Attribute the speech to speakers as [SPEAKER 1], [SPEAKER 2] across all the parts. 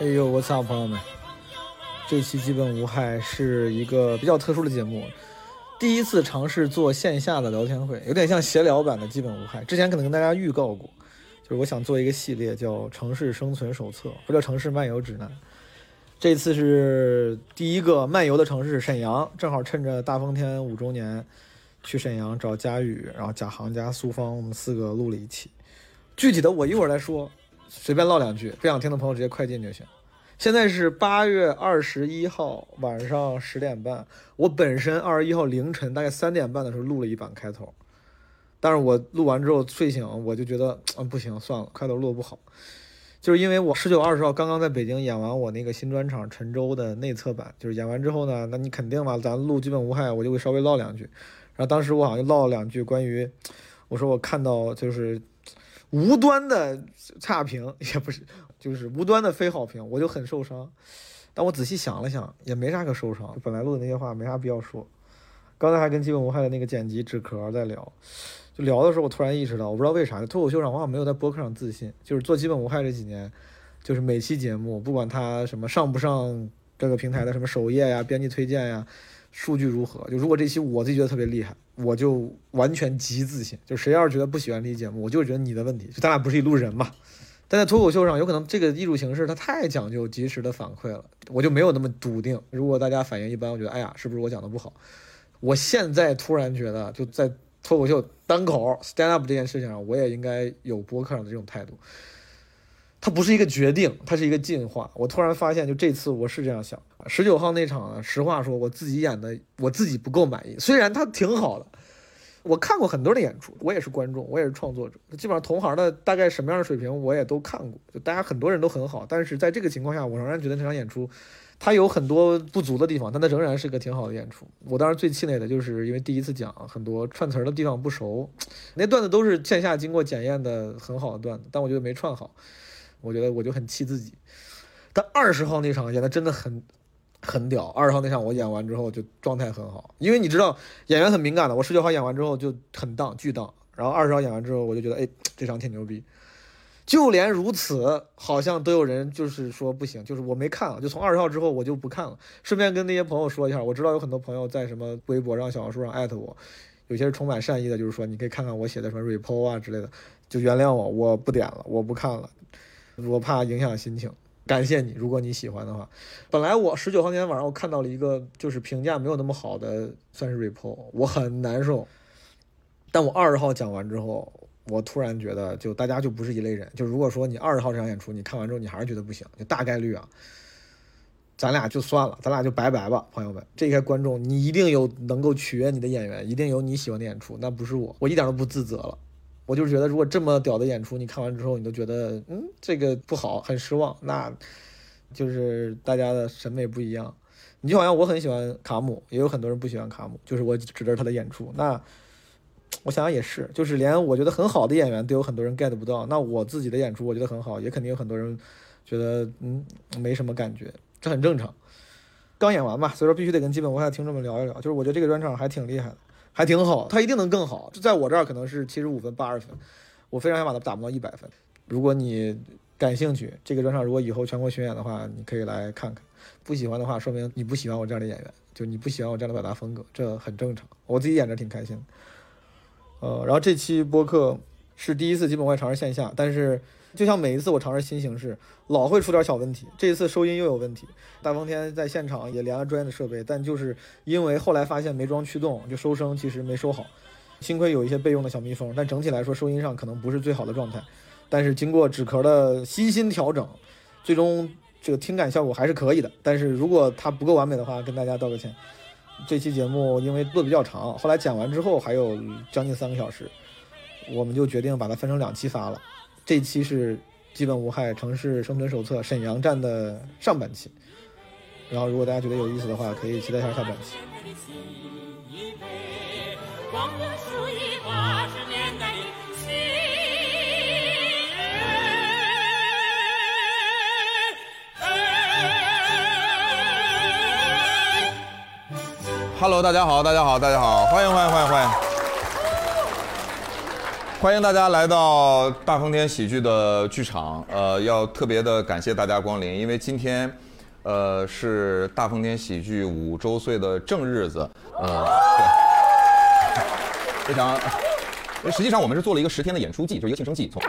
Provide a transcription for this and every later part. [SPEAKER 1] 哎呦，我操，朋友们！这期基本无害是一个比较特殊的节目，第一次尝试做线下的聊天会，有点像闲聊版的基本无害。之前可能跟大家预告过，就是我想做一个系列叫《城市生存手册》或者《城市漫游指南》。这次是第一个漫游的城市沈阳，正好趁着大风天五周年，去沈阳找佳宇，然后贾航加苏芳，我们四个录了一期。具体的我一会儿再说，随便唠两句，不想听的朋友直接快进就行。现在是八月二十一号晚上十点半，我本身二十一号凌晨大概三点半的时候录了一版开头，但是我录完之后睡醒，我就觉得嗯不行，算了，开头录得不好，就是因为我十九二十号刚刚在北京演完我那个新专场《陈州》的内测版，就是演完之后呢，那你肯定嘛，咱录基本无害，我就会稍微唠两句，然后当时我好像就唠了两句关于，我说我看到就是无端的差评，也不是就是无端的非好评，我就很受伤。但我仔细想了想，也没啥可受伤，本来录的那些话没啥必要说。刚才还跟基本无害的那个剪辑纸壳在聊，就聊的时候，我突然意识到，我不知道为啥，脱口秀上我好像没有在播客上自信，就是做基本无害这几年，就是每期节目不管它什么上不上各个平台的什么首页呀、编辑推荐啊呀、数据如何，就如果这期我自己觉得特别厉害，我就完全极自信。就谁要是觉得不喜欢这期节目，我就觉得你的问题，就咱俩不是一路人嘛。但在脱口秀上，有可能这个艺术形式它太讲究及时的反馈了，我就没有那么笃定。如果大家反应一般，我觉得哎呀，是不是我讲的不好？我现在突然觉得，就在脱口秀单口 stand up 这件事情上，我也应该有播客上的这种态度。它不是一个决定，它是一个进化。我突然发现，就这次我是这样想。十九号那场呢，实话说，我自己演的，我自己不够满意。虽然它挺好的，我看过很多人的演出，我也是观众，我也是创作者，基本上同行的大概什么样的水平我也都看过。就大家很多人都很好，但是在这个情况下，我仍然觉得那场演出，它有很多不足的地方，但它仍然是个挺好的演出。我当时最气馁的就是因为第一次讲很多串词儿的地方不熟，那段子都是线下经过检验的很好的段子，但我觉得没串好，我觉得我就很气自己。但二十号那场演的真的很很屌。二十号那场我演完之后就状态很好，因为你知道演员很敏感的，我十九号演完之后就很荡，巨荡。然后二十号演完之后，我就觉得哎，这场挺牛逼。就连如此，好像都有人就是说不行，就是我没看啊了，就从二十号之后我就不看了。顺便跟那些朋友说一下，我知道有很多朋友在什么微博上、小红书上艾特我，有些是充满善意的，就是说你可以看看我写的什么 repo 啊之类的，就原谅我，我不点了，我不看了，我怕影响心情。感谢你，如果你喜欢的话。本来我十九号那天晚上我看到了一个就是评价没有那么好的，算是 repo，我很难受。但我二十号讲完之后，我突然觉得就大家就不是一类人。就如果说你二十号这场演出你看完之后你还是觉得不行，就大概率啊，咱俩就算了，咱俩就拜拜吧，朋友们。这些观众你一定有能够取悦你的演员，一定有你喜欢的演出，那不是我，我一点都不自责了。我就是觉得，如果这么屌的演出，你看完之后，你都觉得，嗯，这个不好，很失望，那就是大家的审美不一样。你就好像我很喜欢卡姆，也有很多人不喜欢卡姆，就是我指着他的演出。那我想想也是，就是连我觉得很好的演员都有很多人 get 不到，那我自己的演出我觉得很好，也肯定有很多人觉得嗯没什么感觉，这很正常。刚演完嘛，所以说必须得跟基本无害的听众们聊一聊。就是我觉得这个专场还挺厉害的，还挺好，它一定能更好。就在我这儿可能是七十五分、八十分，我非常想把它打磨到一百分。如果你感兴趣，这个专场如果以后全国巡演的话，你可以来看看。不喜欢的话，说明你不喜欢我这样的演员，就你不喜欢我这样的表达风格，这很正常。我自己演着挺开心的。呃，然后这期播客是第一次基本我也尝试线下，但是就像每一次我尝试新形式，老会出点小问题。这一次收音又有问题，大风天在现场也连了专业的设备，但就是因为后来发现没装驱动，就收声其实没收好。幸亏有一些备用的小蜜蜂，但整体来说收音上可能不是最好的状态。但是经过纸壳的悉心调整，最终这个听感效果还是可以的。但是如果它不够完美的话，跟大家道个歉。这期节目因为做的比较长，后来讲完之后还有将近三个小时，我们就决定把它分成两期发了。这期是基本无害城市生存手册沈阳站的上半期，然后如果大家觉得有意思的话，可以期待一下下半期。
[SPEAKER 2] 一杯，光阴数一八十年代的喜悦。
[SPEAKER 3] Hello，大家好，大家好，大家好，欢迎欢迎欢迎欢迎！欢迎大家来到大风天喜剧的剧场。呃，要特别的感谢大家光临，因为今天，呃，是大风天喜剧五周岁的正日子。呃，对， 非常。呃实际上，我们是做了一个十天的演出季，就是一个庆生季。从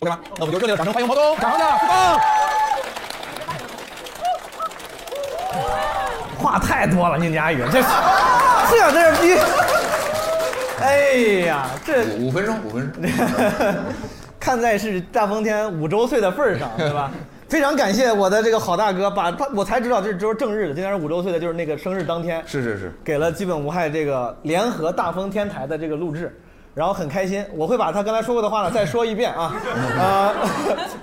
[SPEAKER 3] OK 吧，那我们就热烈的掌声欢迎毛东，掌声的四 方。
[SPEAKER 1] 话太多了，宁佳宇，这是这这逼， 哎呀，这
[SPEAKER 4] 五五分钟，五分钟。
[SPEAKER 1] 看在是大风天五周岁的份 儿上，对吧？非常感谢我的这个好大哥，把他我才知道这是只有正日的，今天是五周岁的，就是那个生日当天，
[SPEAKER 3] 是是是，
[SPEAKER 1] 给了基本无害这个联合大风天台的这个录制。然后很开心，我会把他刚才说过的话呢再说一遍啊，
[SPEAKER 3] 嗯
[SPEAKER 1] 呃，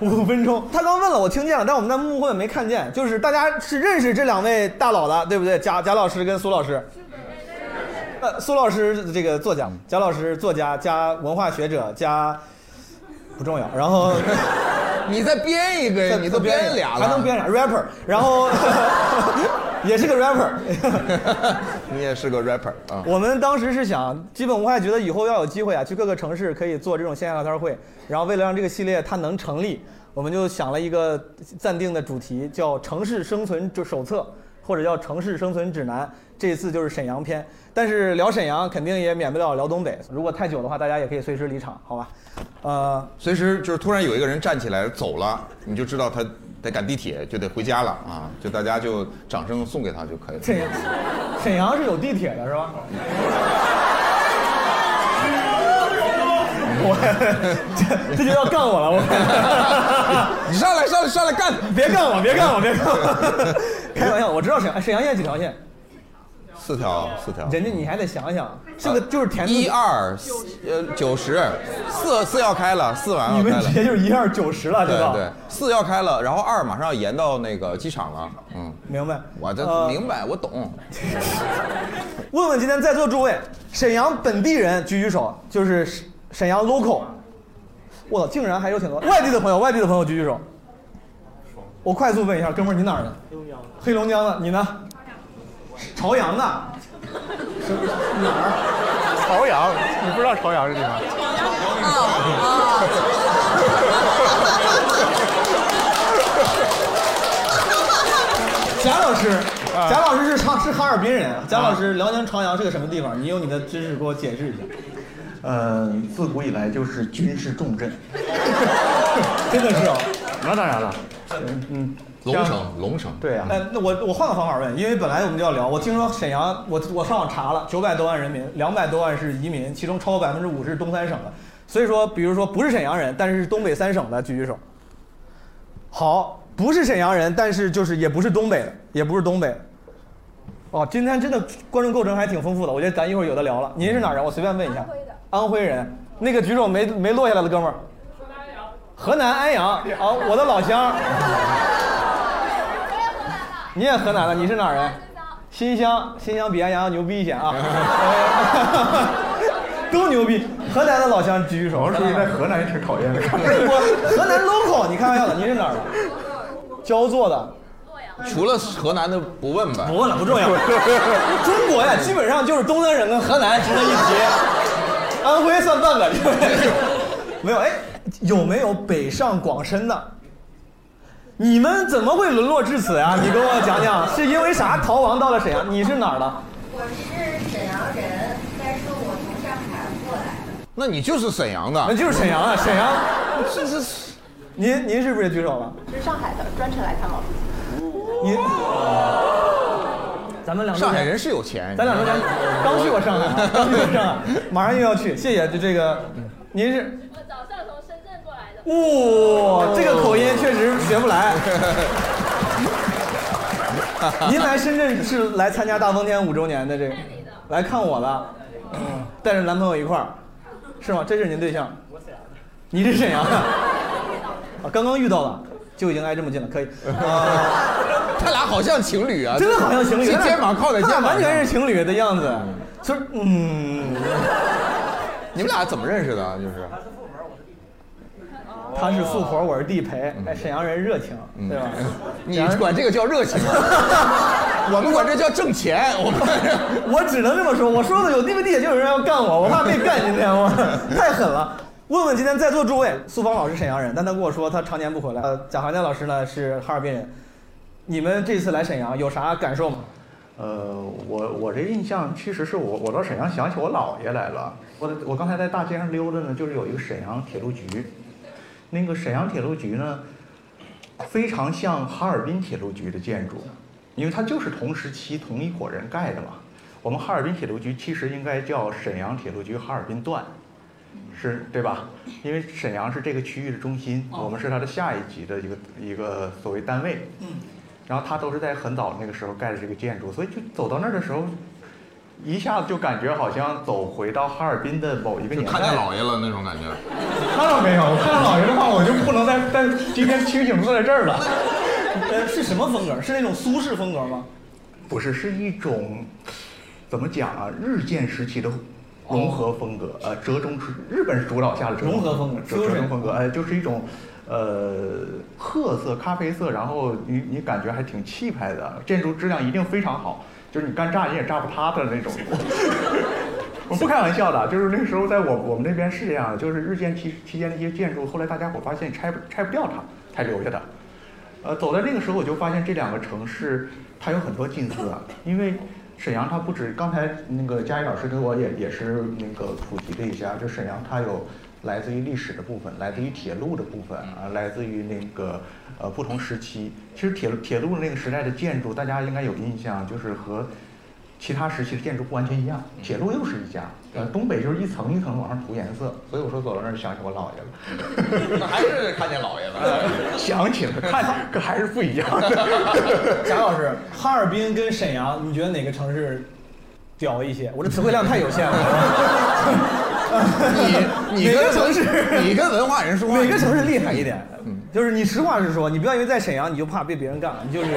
[SPEAKER 1] 五分钟。他刚问了，我听见了，但我们在幕后也没看见。就是大家是认识这两位大佬的，对不对？贾贾老师跟苏老师。呃，苏老师这个作家，
[SPEAKER 3] 嗯
[SPEAKER 1] 贾老师作家加文化学者加不重要，然后
[SPEAKER 3] 你再编一个呀，你都编俩了，
[SPEAKER 1] 还能编啥？rapper，然后 也是个 rapper。
[SPEAKER 3] 你也是个 rapper 啊。
[SPEAKER 1] 我们当时是想，基本无害觉得以后要有机会啊，去各个城市可以做这种线下聊天会。然后为了让这个系列它能成立，我们就想了一个暂定的主题，叫《城市生存手册》，或者叫《城市生存指南》。这次就是沈阳篇，但是聊沈阳肯定也免不了聊东北。如果太久的话，大家也可以随时离场，好吧？呃，
[SPEAKER 3] 随时就是突然有一个人站起来走了，你就知道他得赶地铁，就得回家了啊！就大家就掌声送给他就可以了。
[SPEAKER 1] 沈阳，沈阳是有地铁的，是吧？我 这这就要干我了，我。
[SPEAKER 3] 你上来，上来，上来干！
[SPEAKER 1] 别干我，别干我，别干 我！开玩笑，我知道沈阳，沈阳现在几条线？
[SPEAKER 3] 四条，四条。啊
[SPEAKER 1] 人家你还得想想，这个就是填
[SPEAKER 3] 一二四呃九十四四要开了，四完
[SPEAKER 1] 你
[SPEAKER 5] 啊
[SPEAKER 3] 要开
[SPEAKER 1] 们直
[SPEAKER 3] 了。
[SPEAKER 1] 接就是一二九十了，知道
[SPEAKER 3] 对对，四要开了，然后二马上要延到那个机场了。嗯，
[SPEAKER 1] 明白。
[SPEAKER 3] 我这
[SPEAKER 1] 呃
[SPEAKER 3] 明白，我懂。
[SPEAKER 1] 问问今天在座诸位，沈阳本地人举举手，就是沈阳 local。我操，竟然还有挺多外地的朋友，外地的朋友举举手。我快速问一下，哥们儿，你哪儿的？黑龙江的，你呢？朝阳的。哪儿？
[SPEAKER 5] 朝阳，你不知道朝阳这地方？
[SPEAKER 1] 贾老
[SPEAKER 5] 啊
[SPEAKER 1] 师，贾老师是哈是哈尔滨人。啊贾老师，辽宁朝阳是个什么地方？你用你的知识给我解释一下。
[SPEAKER 6] 呃，自古以来就是军事重镇，
[SPEAKER 1] 真的是哦。嗯
[SPEAKER 5] 那当然了，嗯
[SPEAKER 3] 龙城，龙城。
[SPEAKER 6] 嗯对啊，
[SPEAKER 1] 哎，那我我换个方法问，因为本来我们就要聊，我听说沈阳，我我上网查了，九百多万人民，两百多万是移民，其中超过百分之五十是东三省的，所以说，比如说不是沈阳人，但是是东北三省的，举举手。好，不是沈阳人，但是就是也不是东北的，也不是东北的。哦，今天真的观众构成还挺丰富的，我觉得咱一会儿有的聊了。您是哪人？我随便问一下。安徽人，那个举手没没落下来的哥们儿。河南安阳。河南安阳，哦，我的老乡。你也河南的，你是哪儿人？新乡，新乡比安阳要牛逼一些啊， 都牛逼。河南的老乡举举手。
[SPEAKER 5] 王书记在河南也挺讨厌的。
[SPEAKER 1] 我河南 local，你开玩笑的，你是哪儿的？焦作的。
[SPEAKER 3] 除了河南的不问吧
[SPEAKER 1] 不？问了，不 重要。中国呀，基本上就是东三省跟河南值得一 提，安徽算半个。 没有，哎，有没有北上广深的？你们怎么会沦落至此啊？你跟我讲讲，是因为啥逃亡到了沈阳？你是哪儿的？
[SPEAKER 7] 我是沈阳人，但是我从上海过来的。
[SPEAKER 3] 那你就是沈阳
[SPEAKER 1] 那
[SPEAKER 3] 的，
[SPEAKER 1] 就是沈阳啊，沈阳。
[SPEAKER 3] 这这是
[SPEAKER 1] 您您是不是也举手了？
[SPEAKER 7] 是上海的，专程来看老师。
[SPEAKER 1] 您，咱们两个
[SPEAKER 3] 上海人是有钱。
[SPEAKER 1] 咱俩中间刚去过上海啊，刚去过上海， 马上又要去，谢谢这这个，
[SPEAKER 3] 嗯
[SPEAKER 1] 您是？
[SPEAKER 8] 我早上从深圳过来的。
[SPEAKER 1] 哇、这个口音确实学不 来。 您来深圳是来参加大风天五周年的这个，来看我的，嗯带着男朋友一块儿，是吗？这是您对象？我沈阳的。你是沈阳的？啊，刚刚遇到的，就已经挨这么近了，可以。啊
[SPEAKER 3] 他俩好像情侣啊，
[SPEAKER 1] 真的好像情侣，
[SPEAKER 3] 这
[SPEAKER 1] 他俩
[SPEAKER 3] 肩膀靠在肩
[SPEAKER 1] 他
[SPEAKER 3] 膀
[SPEAKER 1] 俩完
[SPEAKER 3] 上，
[SPEAKER 1] 全是情侣的样子。就是嗯，
[SPEAKER 3] 你们俩怎么认识的啊？就是。
[SPEAKER 1] 他是富婆，我是地陪，哎，沈阳人热情，对吧？
[SPEAKER 4] 嗯 你管这个叫热 情，我们管这叫挣钱。我们
[SPEAKER 1] 我只能这么说，我说的有地不地，也就有人要干我，我怕被干。今天我太狠了。问问今天在座诸位，苏芳老师沈阳人，但他跟我说他常年不回来。呃，贾航江老师呢是哈尔滨人，你们这次来沈阳有啥感受吗？
[SPEAKER 5] 呃，我我这印象其实是我我到沈阳想起我姥爷来了。我我刚才在大街上溜达呢，就是有一个沈阳铁路局，那个沈阳铁路局呢，非常像哈尔滨铁路局的建筑，因为它就是同时期同一伙人盖的嘛。我们哈尔滨铁路局其实应该叫沈阳铁路局哈尔滨段，是对吧？因为沈阳是这个区域的中心，我们是它的下一级的一个一个所谓单位。
[SPEAKER 2] 嗯
[SPEAKER 5] 然后它都是在很早那个时候盖的这个建筑，所以就走到那儿的时候，一下子就感觉好像走回到哈尔滨的某一个
[SPEAKER 3] 就
[SPEAKER 5] 年代。
[SPEAKER 3] 看见姥爷了那种感觉。
[SPEAKER 5] 那倒没有，看到老爷的话，我就不能再再今天清醒坐在这儿了。
[SPEAKER 1] 呃，是什么风格？是那种苏式风格吗？
[SPEAKER 5] 不是，是一种怎么讲啊？日渐时期的融合风格，呃，折中时日本主导下的折中
[SPEAKER 1] 融合风格
[SPEAKER 5] 折折
[SPEAKER 1] fusion
[SPEAKER 5] 中风格，哎，就是一种呃褐色、咖啡色，然后你你感觉还挺气派的，建筑质量一定非常好，就是你干炸你也炸不塌的那种。 我不开玩笑的，就是那时候在我我们那边是这样的，就是日建期期间的一些建筑，后来大家伙发现拆不拆不掉它，才留下的。呃，走在那个时候，我就发现这两个城市它有很多近似啊，因为沈阳它不止刚才那个佳怡老师给我也也是那个普及了一下，就沈阳它有来自于历史的部分，来自于铁路的部分啊，来自于那个呃不同时期。其实铁路铁路那个时代的建筑，大家应该有印象，就是和其他时期的建筑不完全一样，铁路又是一家。呃，东北就是一层一层往上涂颜色，所以我说走到那儿想起我姥爷了。
[SPEAKER 4] 那还是看见姥爷了。
[SPEAKER 5] 想起了，看可还是不一样的。
[SPEAKER 1] 贾老师，哈尔滨跟沈阳，你觉得哪个城市屌一些？我这词汇量太有限了。
[SPEAKER 4] 你你
[SPEAKER 1] 哪个
[SPEAKER 4] 跟
[SPEAKER 1] 城市？
[SPEAKER 4] 文你跟文化人说话，嗯
[SPEAKER 1] 哪个城市厉害一点？嗯就是你实话实说，你不要因为在沈阳你就怕被别人干，你 就是你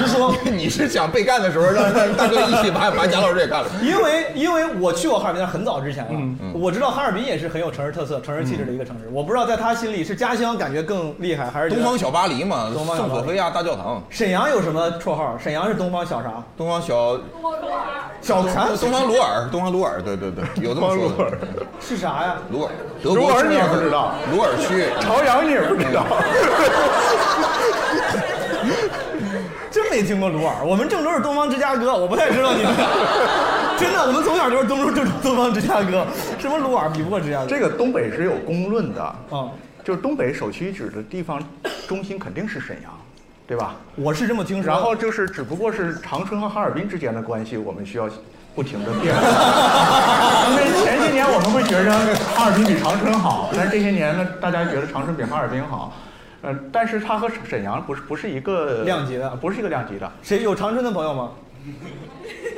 [SPEAKER 1] 直说。
[SPEAKER 4] 你是想被干的时候让让大哥一起把把贾老师也干了？
[SPEAKER 1] 因为因为我去过哈尔滨，那很早之前了。
[SPEAKER 4] 嗯
[SPEAKER 1] 我知道哈尔滨也是很有城市特色、城市气质的一个城市。我不知道在他心里是家乡感觉更厉害，还是觉
[SPEAKER 4] 东
[SPEAKER 1] 得
[SPEAKER 4] 方小巴黎嘛，
[SPEAKER 1] 东方小
[SPEAKER 4] 圣
[SPEAKER 1] 巴黎
[SPEAKER 4] 索菲
[SPEAKER 3] 啊
[SPEAKER 4] 亚大教堂，
[SPEAKER 1] 沈阳有什么绰号？沈阳是东方小啥？
[SPEAKER 4] 东方小
[SPEAKER 1] 小啥？
[SPEAKER 4] 东方鲁尔，东方鲁尔，对对对，有这么说的。
[SPEAKER 1] 是啥呀？
[SPEAKER 4] 鲁尔，德国
[SPEAKER 5] 鲁尔你也不知道，
[SPEAKER 4] 鲁尔区。
[SPEAKER 5] 朝阳你也不知道，
[SPEAKER 1] 真没听过鲁尔，我们郑州是东方芝加哥，我不太知道你们。 真的，我们从小 就是东州东方芝加哥，什么鲁尔比不过芝加哥。
[SPEAKER 5] 这个东北是有公论的，
[SPEAKER 1] 啊，
[SPEAKER 5] 就是东北首屈一指的地方中心肯定是沈阳，对吧？
[SPEAKER 1] 我是这么听说。
[SPEAKER 5] 然后就是只不过是长春和哈尔滨之间的关系，我们需要不停的变化。因为前些年我们会觉得哈尔滨比长春好，但是这些年呢，大家觉得长春比哈尔滨好。呃，但是它和沈阳不是不是一个
[SPEAKER 1] 量级的
[SPEAKER 5] 不是一个量级的。
[SPEAKER 1] 谁有长春的朋友吗？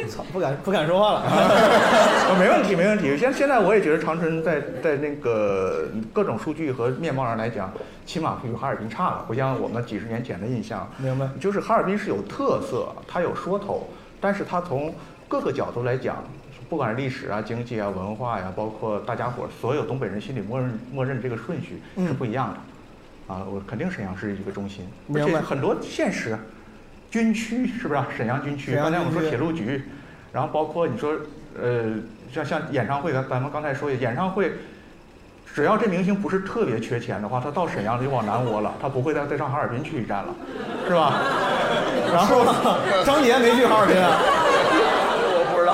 [SPEAKER 1] 操，不敢不敢说话 了。
[SPEAKER 5] 啊，没问题，没问题。现现在我也觉得长春在在那个各种数据和面貌上来讲，起码比哈尔滨差了，不像我们几十年前的印象。
[SPEAKER 1] 明白
[SPEAKER 5] 就是哈尔滨是有特色，它有说头，但是它从各个角度来讲，不管是历史啊、经济啊、文化呀、包括大家伙儿所有东北人心里默认默认这个顺序是不一样的。啊，我肯定沈阳是一个中心，而
[SPEAKER 1] 明
[SPEAKER 5] 且
[SPEAKER 1] 白
[SPEAKER 5] 很多现实，军区是不是啊、沈阳军区，
[SPEAKER 1] 沈阳
[SPEAKER 5] 刚才我们
[SPEAKER 1] 军区
[SPEAKER 5] 说铁路局，然后包括你说，呃，像像演唱会，咱咱们刚才说演唱会，只要这明星不是特别缺钱的话，他到沈阳就往南窝了，他不会再再上哈尔滨去一站了，是吧？然后
[SPEAKER 1] 张杰没去哈尔滨啊？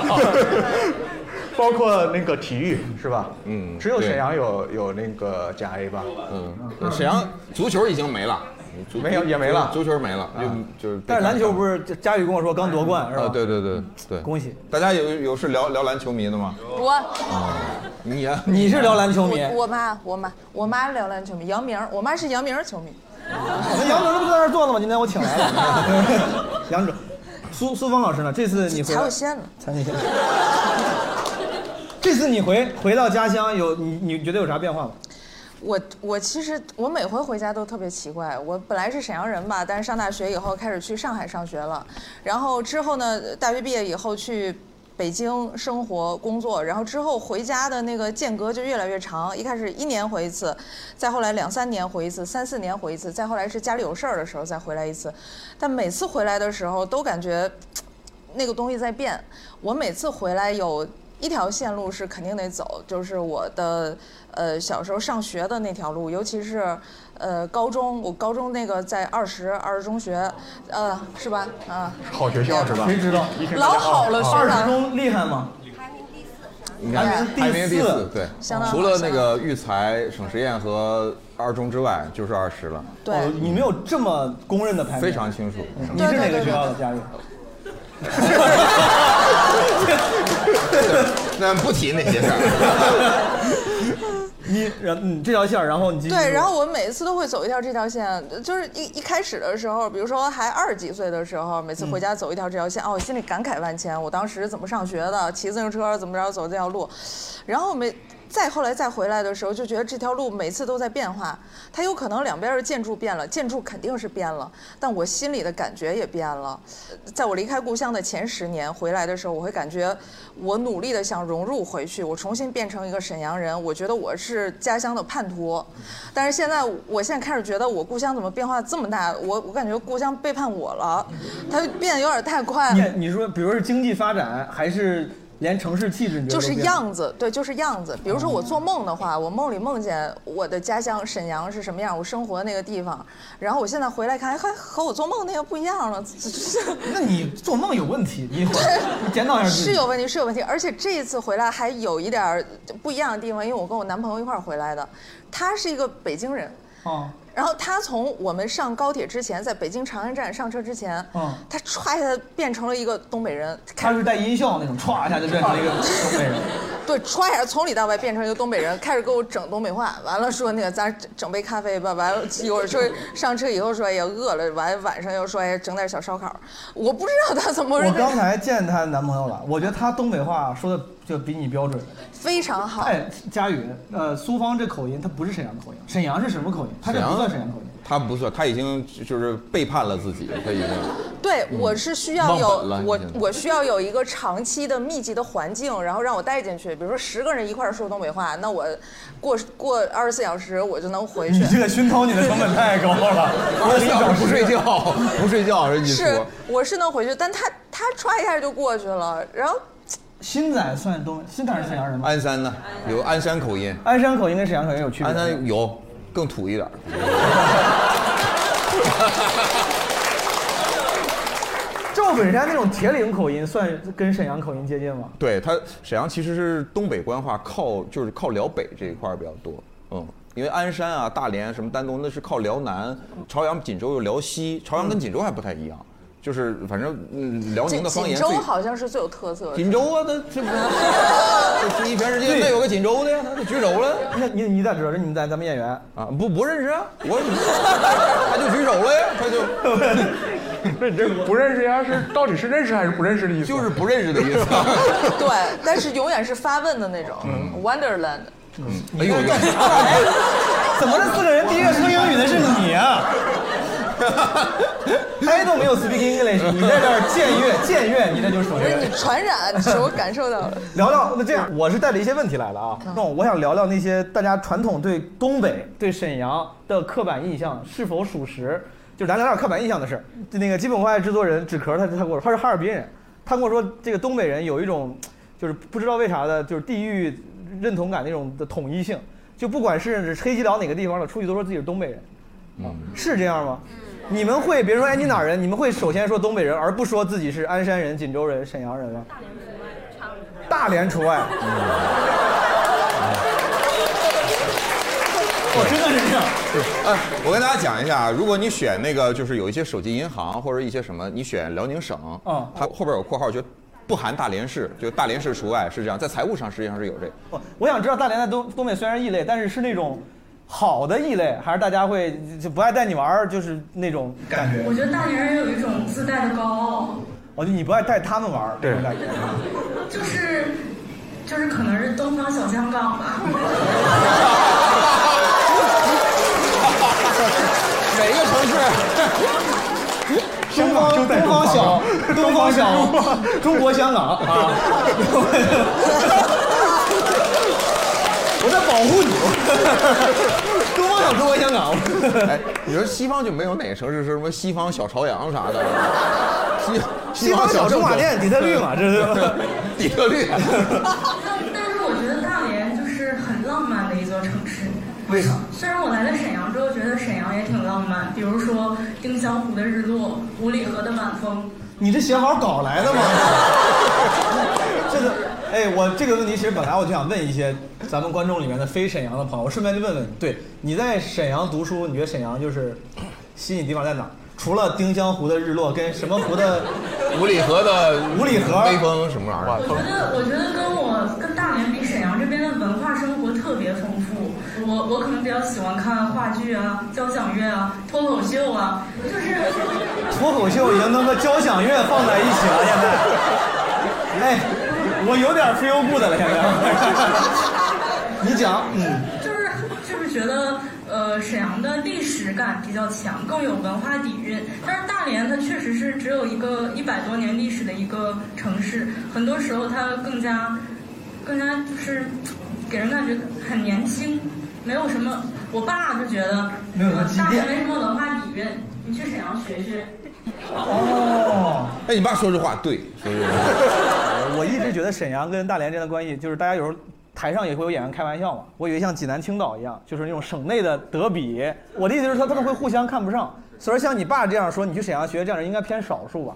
[SPEAKER 5] 包括那个体育是吧？
[SPEAKER 4] 嗯
[SPEAKER 5] 只有
[SPEAKER 4] 对
[SPEAKER 5] 沈阳有有那个甲 A 吧？
[SPEAKER 4] 嗯，沈阳足球已经没了，足
[SPEAKER 5] 没有也没了啊
[SPEAKER 4] 足球没了，就就是被干掉了。
[SPEAKER 1] 但是篮球不是佳宇跟我说刚夺冠是吧？
[SPEAKER 4] 啊，对对对对，
[SPEAKER 1] 恭喜！
[SPEAKER 4] 大家有有是聊聊篮球迷的吗？
[SPEAKER 9] 我
[SPEAKER 4] 你呀，
[SPEAKER 1] 你是辽篮球迷？
[SPEAKER 9] 我我妈我妈我妈辽篮球迷，杨明儿，我妈是杨明儿球迷。
[SPEAKER 1] 那杨总这不在这儿坐呢吗？今天我请来了。 杨总，苏苏芳老师呢？这次你
[SPEAKER 9] 踩
[SPEAKER 1] 回来
[SPEAKER 9] 我线了，
[SPEAKER 1] 才那些。这次你回回到家乡有你你觉得有啥变化吗？
[SPEAKER 9] 我我其实我每回回家都特别奇怪，我本来是沈阳人吧，但是上大学以后开始去上海上学了，然后之后呢，大学毕业以后去。北京生活工作，然后之后回家的那个间隔就越来越长。一开始一年回一次，再后来两三年回一次，三四年回一次，再后来是家里有事儿的时候再回来一次。但每次回来的时候都感觉那个东西在变。我每次回来有一条线路是肯定得走，就是我的呃小时候上学的那条路，尤其是呃高中，我高中那个在二十二十中学，呃是吧？啊，
[SPEAKER 5] 好学校是吧？
[SPEAKER 1] 谁知道？
[SPEAKER 9] 老好了是吧
[SPEAKER 1] 二十中厉害 吗？
[SPEAKER 3] 你看
[SPEAKER 1] 排
[SPEAKER 3] 排
[SPEAKER 1] 名
[SPEAKER 3] 名
[SPEAKER 1] 第
[SPEAKER 3] 第
[SPEAKER 1] 四
[SPEAKER 3] 四，对
[SPEAKER 9] 相当，好
[SPEAKER 3] 除了那个育才、省实验和二中之外，就是二十了，
[SPEAKER 9] 对，
[SPEAKER 1] 哦，你没有这么公认的排名，
[SPEAKER 3] 非常清楚。
[SPEAKER 1] 你是哪个学校的佳宇？
[SPEAKER 3] 那不提那些事儿，
[SPEAKER 1] 你然你这条线儿，然后你继续
[SPEAKER 9] 对，
[SPEAKER 1] 说
[SPEAKER 9] 然后我每一次都会走一条这条线，呃就是一一开始的时候，比如说还二十几岁的时候，每次回家走一条这条线，哦，我心里感慨万千，我当时怎么上学的，骑自行车怎么着走这条路，然后每再后来再回来的时候，就觉得这条路每次都在变化，它有可能两边的建筑变了，建筑肯定是变了，但我心里的感觉也变了。在我离开故乡的前十年回来的时候，我会感觉我努力的想融入回去，我重新变成一个沈阳人，我觉得我是家乡的叛徒。但是现在，我现在开始觉得我故乡怎么变化这么大，我我感觉故乡背叛我了，它变得有点太快了。
[SPEAKER 1] 你你说，比如是经济发展，还是连城市气质，你觉得
[SPEAKER 9] 就是
[SPEAKER 1] 都变了
[SPEAKER 9] 样子，对，就是样子。比如说我做梦的话，我梦里梦见我的家乡沈阳是什么样，我生活的那个地方，然后我现在回来看，哎还和我做梦那个不一样了，
[SPEAKER 1] 那你做梦有问题，你一会儿你检讨一下自己。
[SPEAKER 9] 是有问题，是有问题。而且这一次回来还有一点儿不一样的地方，因为我跟我男朋友一块儿回来的，他是一个北京人，
[SPEAKER 1] 啊，
[SPEAKER 9] 然后他从我们上高铁之前，在北京长安站上车之前，
[SPEAKER 1] 嗯
[SPEAKER 9] 他歘一下变成了一个东北人，
[SPEAKER 1] 他是带音效那种，歘一下就 变成了一个东北人。
[SPEAKER 9] 对，歘一下从里到外变成一个东北人，开始给我整东北话，完了说那个咱整整杯咖啡吧，完了一会儿说上车以后说哎呀饿了，完晚上又说哎整点小烧烤，我不知道他怎么回
[SPEAKER 1] 我
[SPEAKER 9] 事
[SPEAKER 1] 刚才见她男朋友了，我觉得他东北话说的就比你标准。
[SPEAKER 9] 非常好，
[SPEAKER 1] 哎，佳宇，呃，苏芳这口音，她不是沈阳口音，沈阳是什么口音？她这不算沈阳口音。
[SPEAKER 3] 他不算，他已经就是背叛了自己，他已经
[SPEAKER 9] 对，我是需要有
[SPEAKER 3] 忘本了
[SPEAKER 9] 我
[SPEAKER 3] 你现在
[SPEAKER 9] 我需要有一个长期的密集的环境，然后让我带进去。比如说十个人一块儿说东北话，那我过过二十四小时我就能回去
[SPEAKER 1] 你。这个熏陶你的成本太高了，我给你找
[SPEAKER 3] 不睡觉，不睡觉是一
[SPEAKER 9] 是
[SPEAKER 3] 说。，
[SPEAKER 9] 我是能回去，但他他歘一下就过去了，然后
[SPEAKER 1] 新仔算东，新仔是沈阳人吗？
[SPEAKER 3] 鞍山呢，有鞍山口音，
[SPEAKER 1] 鞍山口音跟沈阳口音有区别
[SPEAKER 3] 鞍
[SPEAKER 1] 吗。
[SPEAKER 3] 山有更土一点儿。
[SPEAKER 1] 赵本山那种铁岭口音算跟沈阳口音接近吗？
[SPEAKER 3] 对他，沈阳其实是东北官话靠就是靠辽北这一块儿比较多，嗯，因为鞍山啊、大连什么丹东那是靠辽南，朝阳、锦州又辽西，朝阳跟锦州还不太一样，就是反正嗯辽宁
[SPEAKER 9] 锦
[SPEAKER 3] 的方
[SPEAKER 9] 锦
[SPEAKER 3] 言
[SPEAKER 9] 州
[SPEAKER 3] 最。
[SPEAKER 9] 好像是最有特色的。
[SPEAKER 3] 锦州啊，那这 不 这一全世界那有个锦州的呀，他就举手了
[SPEAKER 1] 那你你咋知道？这你们在咱们演员，
[SPEAKER 3] 啊，不不认识啊，我他 就举手了呀，他就
[SPEAKER 5] 那你这不认识呀？是到底是认识还是不认识的意思？
[SPEAKER 3] 就是不认识的意 思。
[SPEAKER 9] 对，但是永远是发问的那种、Wonderland。
[SPEAKER 3] 嗯哎呦，
[SPEAKER 1] 怎么这四个人第一个说英语的是你啊？I don't know speak English，你在这儿僭越僭越，你这就是属
[SPEAKER 9] 不是
[SPEAKER 1] 于
[SPEAKER 9] 你传染，你是我感受到了。
[SPEAKER 1] 聊聊。那这样，我是带着一些问题来了啊。那我想聊聊那些大家传统对东北、对沈阳的刻板印象是否属实？就是咱聊点刻板印象的事儿。就那个基本无害制作人纸壳，他他跟我说他是哈尔滨人，他跟我说这个东北人有一种就是不知道为啥的，就是地域认同感那种的统一性，就不管是黑吉辽哪个地方的，出去都说自己是东北人。是这样吗？你们会，别人说哎你哪儿人，你们会首先说东北人，而不说自己是鞍山人、锦州人、沈阳人吗？大连除外，我真的是这样。
[SPEAKER 3] 哎，我跟大家讲一下，如果你选那个就是有一些手机银行或者一些什么，你选辽宁省，
[SPEAKER 1] 嗯
[SPEAKER 3] 它后边有括号就。不含大连市，就大连市除外，是这样。在财务上实际上是有这个，
[SPEAKER 1] 不，我想知道大连在东东北虽然异类，但是是那种好的异类，还是大家会就不爱带你玩儿，就是那种感觉？
[SPEAKER 10] 我觉得大连人有一种自带的高傲，
[SPEAKER 1] 哦，就你不爱带他们玩儿那种感觉。
[SPEAKER 10] 就是就是可能是东方小香港吧。
[SPEAKER 3] 每个城市
[SPEAKER 1] 东方
[SPEAKER 5] 就
[SPEAKER 1] 东
[SPEAKER 5] 在
[SPEAKER 1] 方小东方小
[SPEAKER 5] 中国
[SPEAKER 1] 中国香港啊！ 我在保护 你，东方小中国香港。
[SPEAKER 3] 哎，你说西方就没有哪个城市是什么西方小朝阳啥的， 西
[SPEAKER 1] 西方小
[SPEAKER 3] 正
[SPEAKER 1] 驻马
[SPEAKER 3] 宗
[SPEAKER 1] 店底特律嘛这是
[SPEAKER 3] 底特律。
[SPEAKER 10] 但是我觉得大连就是很浪漫的一座城市。
[SPEAKER 1] 为啥？
[SPEAKER 10] 虽然我来了沈阳之后，觉得沈阳也挺浪漫，比如说丁香湖的日落、五里河的晚风。
[SPEAKER 1] 你这写好稿来的吗？这个， 哎，我这个问题其实本来我就想问一些咱们观众里面的非沈阳的朋友，我顺便就问问你，对你在沈阳读书，你觉得沈阳就是吸引地方在哪儿？除了丁香湖的日落，跟什么湖的
[SPEAKER 3] 五里河的
[SPEAKER 1] 五里河
[SPEAKER 3] 微风什么玩意
[SPEAKER 10] 我觉得，我觉得跟我跟大连比，沈阳这边的文化生活特别丰富。我我可能比较喜欢看话剧啊、交响乐啊、脱口秀啊，就是
[SPEAKER 1] 脱口秀已经能和交响乐放在一起了，现在，哎，我有点 feel good 了，现在。 你讲，嗯，
[SPEAKER 10] 就是就是觉得呃沈阳的历史感比较强，更有文化底蕴。但是大连它确实是只有一个一百多年历史的一个城市，很多时候它更加更加就是给人感觉很年轻，没有什么。我爸就觉得呃
[SPEAKER 1] 没有什么积淀
[SPEAKER 10] 大连没什么文化底蕴，你去沈阳学学。
[SPEAKER 1] 哦。
[SPEAKER 3] 哎，你爸说这话对，说这话。
[SPEAKER 1] 我一直觉得沈阳跟大连之间的关系，就是大家有时候台上也会有演员开玩笑嘛。我以为像济南、青岛一样，就是那种省内的德比。我的意思是说，他们会互相看不上。所以像你爸这样说，你去沈阳学这样人应该偏少数吧，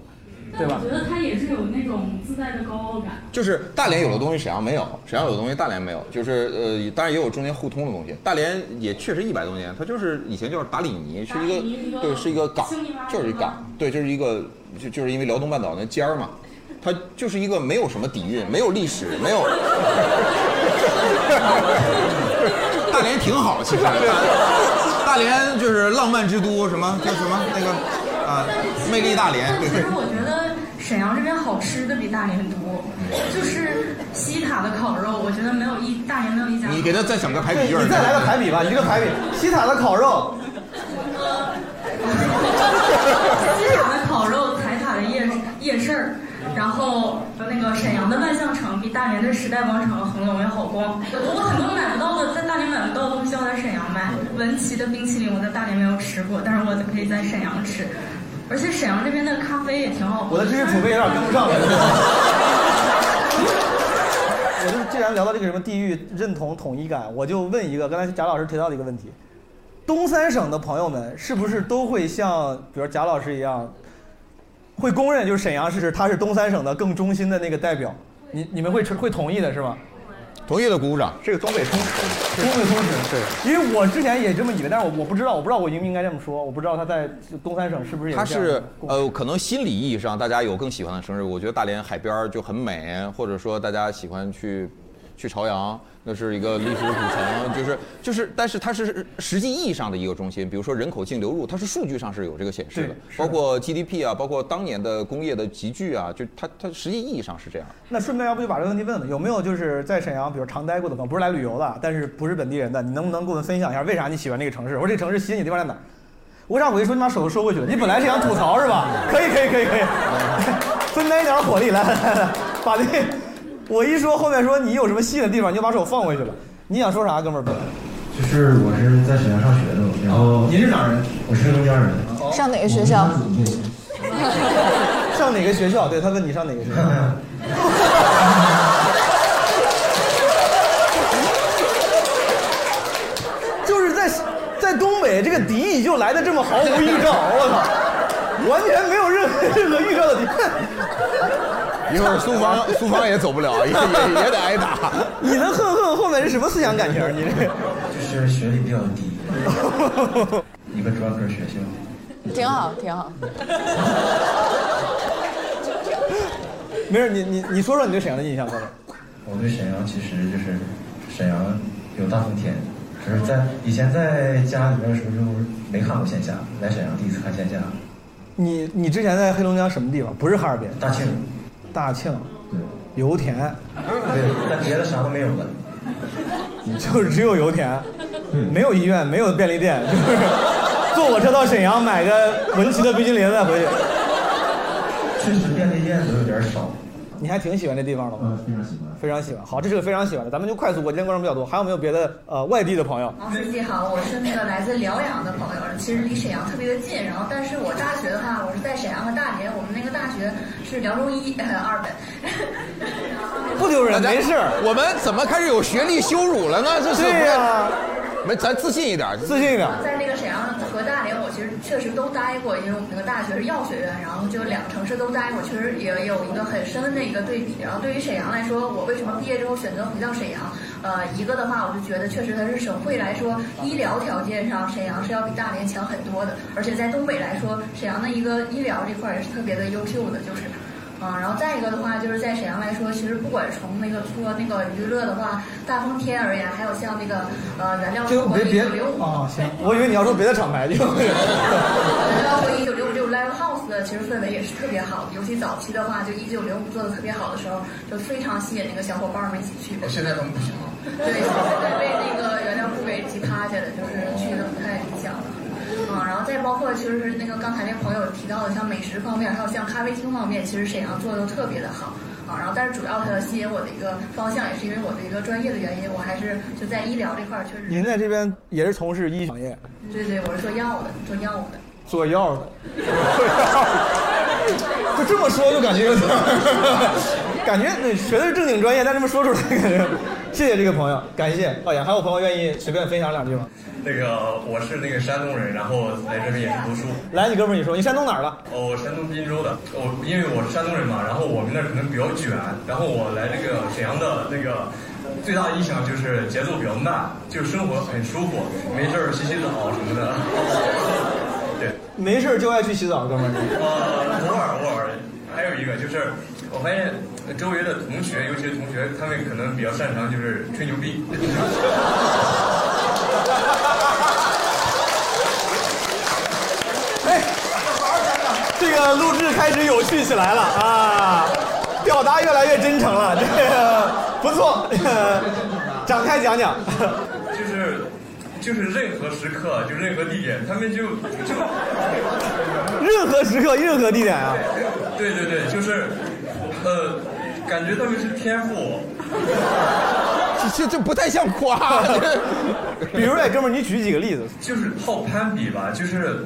[SPEAKER 1] 对吧？
[SPEAKER 11] 得他也是有那种自带的高傲感。
[SPEAKER 3] 就是大连有的东西沈阳没有，沈阳有的东西大连没有，就是呃，当然也有中间互通的东西。大连也确实一百多年，它就是以前就是达里尼，是
[SPEAKER 11] 达里尼
[SPEAKER 3] 一
[SPEAKER 11] 一
[SPEAKER 3] 个
[SPEAKER 11] 个
[SPEAKER 3] 对，是一个港
[SPEAKER 11] 兴利拉，
[SPEAKER 3] 就是一
[SPEAKER 11] 是吧
[SPEAKER 3] 港，对，就是一个就就是因为辽东半岛那尖儿嘛，它就是一个没有什么底蕴，没有历史，没有。 大连挺好，其实大连 大连就是浪漫之都，什么叫什么那个啊、魅力大连，对
[SPEAKER 10] 其实我觉得沈阳这边好吃的比大连多，
[SPEAKER 3] 嗯
[SPEAKER 10] 就是西塔的烤肉，我觉得没有一大连没有一家好。
[SPEAKER 3] 你给他再想个排比句儿，
[SPEAKER 1] 你再来个排比吧，一个排比。西塔的烤肉，
[SPEAKER 10] 西塔的烤肉，财塔的夜夜市儿，然后那个沈阳的万象城比大连的时代广场、恒隆要好逛。我很多买不到的，在大连买不到的东西要在沈阳买。文琪的冰淇淋我在大连没有吃过，但是我可以在沈阳吃。而且沈阳这边的咖啡也挺好喝。
[SPEAKER 1] 我的知识储备有点跟不上了。我就是既然聊到这个什么地域认同统一感，我就问一个，刚才贾老师提到的一个问题：东三省的朋友们是不是都会像，比如贾老师一样，会公认就是沈阳市他是东三省的更中心的那个代表？你你们会会同意的是吗？
[SPEAKER 3] 同意的鼓鼓掌。
[SPEAKER 1] 这个东北通史，东北通史，对，因为我之前也这么以为，但是我我不知道，我不知道我应不应该这么说，我不知道他在东三省是不是也
[SPEAKER 3] 它
[SPEAKER 1] 这样的
[SPEAKER 3] 是呃，可能心理意义上大家有更喜欢的城市，我觉得大连海边儿就很美，或者说大家喜欢去去朝阳，那是一个历史古城，就是就是，但是它是实际意义上的一个中心，比如说人口净流入，它是数据上是有这个显示的
[SPEAKER 1] 对，是的
[SPEAKER 3] 包括 GDP 啊，包括当年的工业的集聚啊，就它它实际意义上是这样。
[SPEAKER 1] 那顺便要不就把这个问题问问，有没有就是在沈阳，比如常待过的朋友，不是来旅游的，但是不是本地人的，你能不能给我们分享一下为啥你喜欢这个城市，或者这城市吸引你的地方在哪儿？为啥我一说你把手都收回去了？你本来是想吐槽是吧？可以可以可以可以， 分担一点火力，来来来来， 把那我一说后面说你有什么吸引的地方，你就把手放回去了。你想说啥，哥们儿？本来
[SPEAKER 12] 就是我是在沈阳上学的，然后
[SPEAKER 1] 您是哪人？
[SPEAKER 12] 我是黑龙江人。
[SPEAKER 9] 上哪个学校？
[SPEAKER 1] 上哪个学校？对他问你上哪个学校？ 就是在在东北，这个敌意就来的这么毫无预兆，我操，完全没有任何任何预兆的敌。
[SPEAKER 3] 一会儿苏芳苏芳也走不了，也也也得挨打。
[SPEAKER 1] 你的恨恨后面是什么思想感情？你这
[SPEAKER 12] 就是学历比较低，一个专科学校。
[SPEAKER 9] 挺好，挺好。
[SPEAKER 1] 没事，你你你说说你对沈阳的印象，哥们儿。
[SPEAKER 12] 我对沈阳其实就是，沈阳有大风天，只是在以前在家里面的时候就没看过线下，来沈阳第一次看线下，
[SPEAKER 1] 你你之前在黑龙江什么地方？不是哈尔滨，
[SPEAKER 12] 大庆，
[SPEAKER 1] 大庆，油田，
[SPEAKER 12] 对，但别的啥都没有了。
[SPEAKER 1] 就是只有油田，没有医院，没有便利店，就是坐火车到沈阳买个文琪的冰淇淋再回去。
[SPEAKER 13] 点少。
[SPEAKER 1] 你还挺喜欢这地方的吗？
[SPEAKER 13] 非常喜欢。
[SPEAKER 1] 嗯非常喜欢。好，这是个非常喜欢的，咱们就快速过，今天观众比较多，还有没有别的呃外地的朋友？
[SPEAKER 14] 王书记好，我是那个来自辽阳的朋友，其实离沈阳特别的近。然后，但是我大学的话，我是在沈阳和大连，我们那个大学是辽中医二本。
[SPEAKER 1] 不丢人，
[SPEAKER 3] 没
[SPEAKER 1] 事。
[SPEAKER 3] 我们怎么开始有学历羞辱了呢？这是
[SPEAKER 14] 对呀
[SPEAKER 3] 没，咱自信一点，
[SPEAKER 1] 自信一点
[SPEAKER 14] 在那个沈阳和大连，我其实确实都待过，因为我们那个大学是药学院，然后就两个城市都待过，确实也有一个很深的一个对比。然后对于沈阳来说，我为什么毕业之后选择回到沈阳？呃，一个的话，我是觉得确实它是省会来说，医疗条件上沈阳是要比大连强很多的，而且在东北来说，沈阳的一个医疗这块儿也是特别的优秀的，就是。啊，然后再一个的话，就是在沈阳来说，其实不管从那个说那个娱乐的话，大风天而言，还有像那个呃燃料
[SPEAKER 1] 就
[SPEAKER 14] 生活
[SPEAKER 1] 别
[SPEAKER 14] 一
[SPEAKER 1] 别
[SPEAKER 14] 九零五，
[SPEAKER 1] 啊，行，我以为你要说别的厂 牌，就
[SPEAKER 14] 燃料生一九零五这种 live house 的，其实氛围也是特别好的，尤其早期的话，就一九零五做的特别好的时候，就非常吸引那个小伙伴们一起去。
[SPEAKER 15] 我现在他们不行了。
[SPEAKER 14] 对，现在被那个原料部给挤趴下了，就是去的不太理想了。啊，然后再包括其实是那个刚才那个朋友提到的，像美食方面，还有像咖啡厅方面，其实沈阳做的都特别的好啊。然后，但是主要它吸引我的一个方向，也是因为我的一个专业的原因，我还是就在医疗这块儿，确 实，
[SPEAKER 1] 您在这边也是从事医行业，
[SPEAKER 14] 对对，我是做药的，做药的。
[SPEAKER 1] 做药的， 就这么说就感觉有点儿，感觉那学的是正经专业，但这么说出来感觉，谢谢这个朋友，感谢导演，还有朋友愿意随便分享两句吗？
[SPEAKER 2] 那个我是那个山东人，然后来这边也是读书。
[SPEAKER 1] 来，你哥们儿，你说你山东哪儿的？
[SPEAKER 2] 哦，我山东滨州的，我因为我是山东人嘛，然哦后我们那儿可能比较卷，然后我来那个沈阳的那个最大印象就是节奏比较慢，就生活很舒服，没事儿洗洗澡什 么的。对，
[SPEAKER 1] 没事儿就爱去洗澡，哥们儿。
[SPEAKER 2] 呃，偶尔偶尔，还有一个就是，我发现周围的同学，尤其是同学，他们可能比较擅长就是吹牛逼。
[SPEAKER 1] 哎这个录制开始有趣起来了啊，表达越来越真诚了，这个不错， 展开讲讲。
[SPEAKER 2] 就是就是任何时刻，就任何地点，他们就就
[SPEAKER 1] 任何时刻，任何地点啊，
[SPEAKER 2] 对对对，就是呃，感觉他们是天赋。
[SPEAKER 3] 这这不太像夸。
[SPEAKER 1] 比如哎，哥们儿，你举几个例子？
[SPEAKER 2] 就是好攀比吧，就是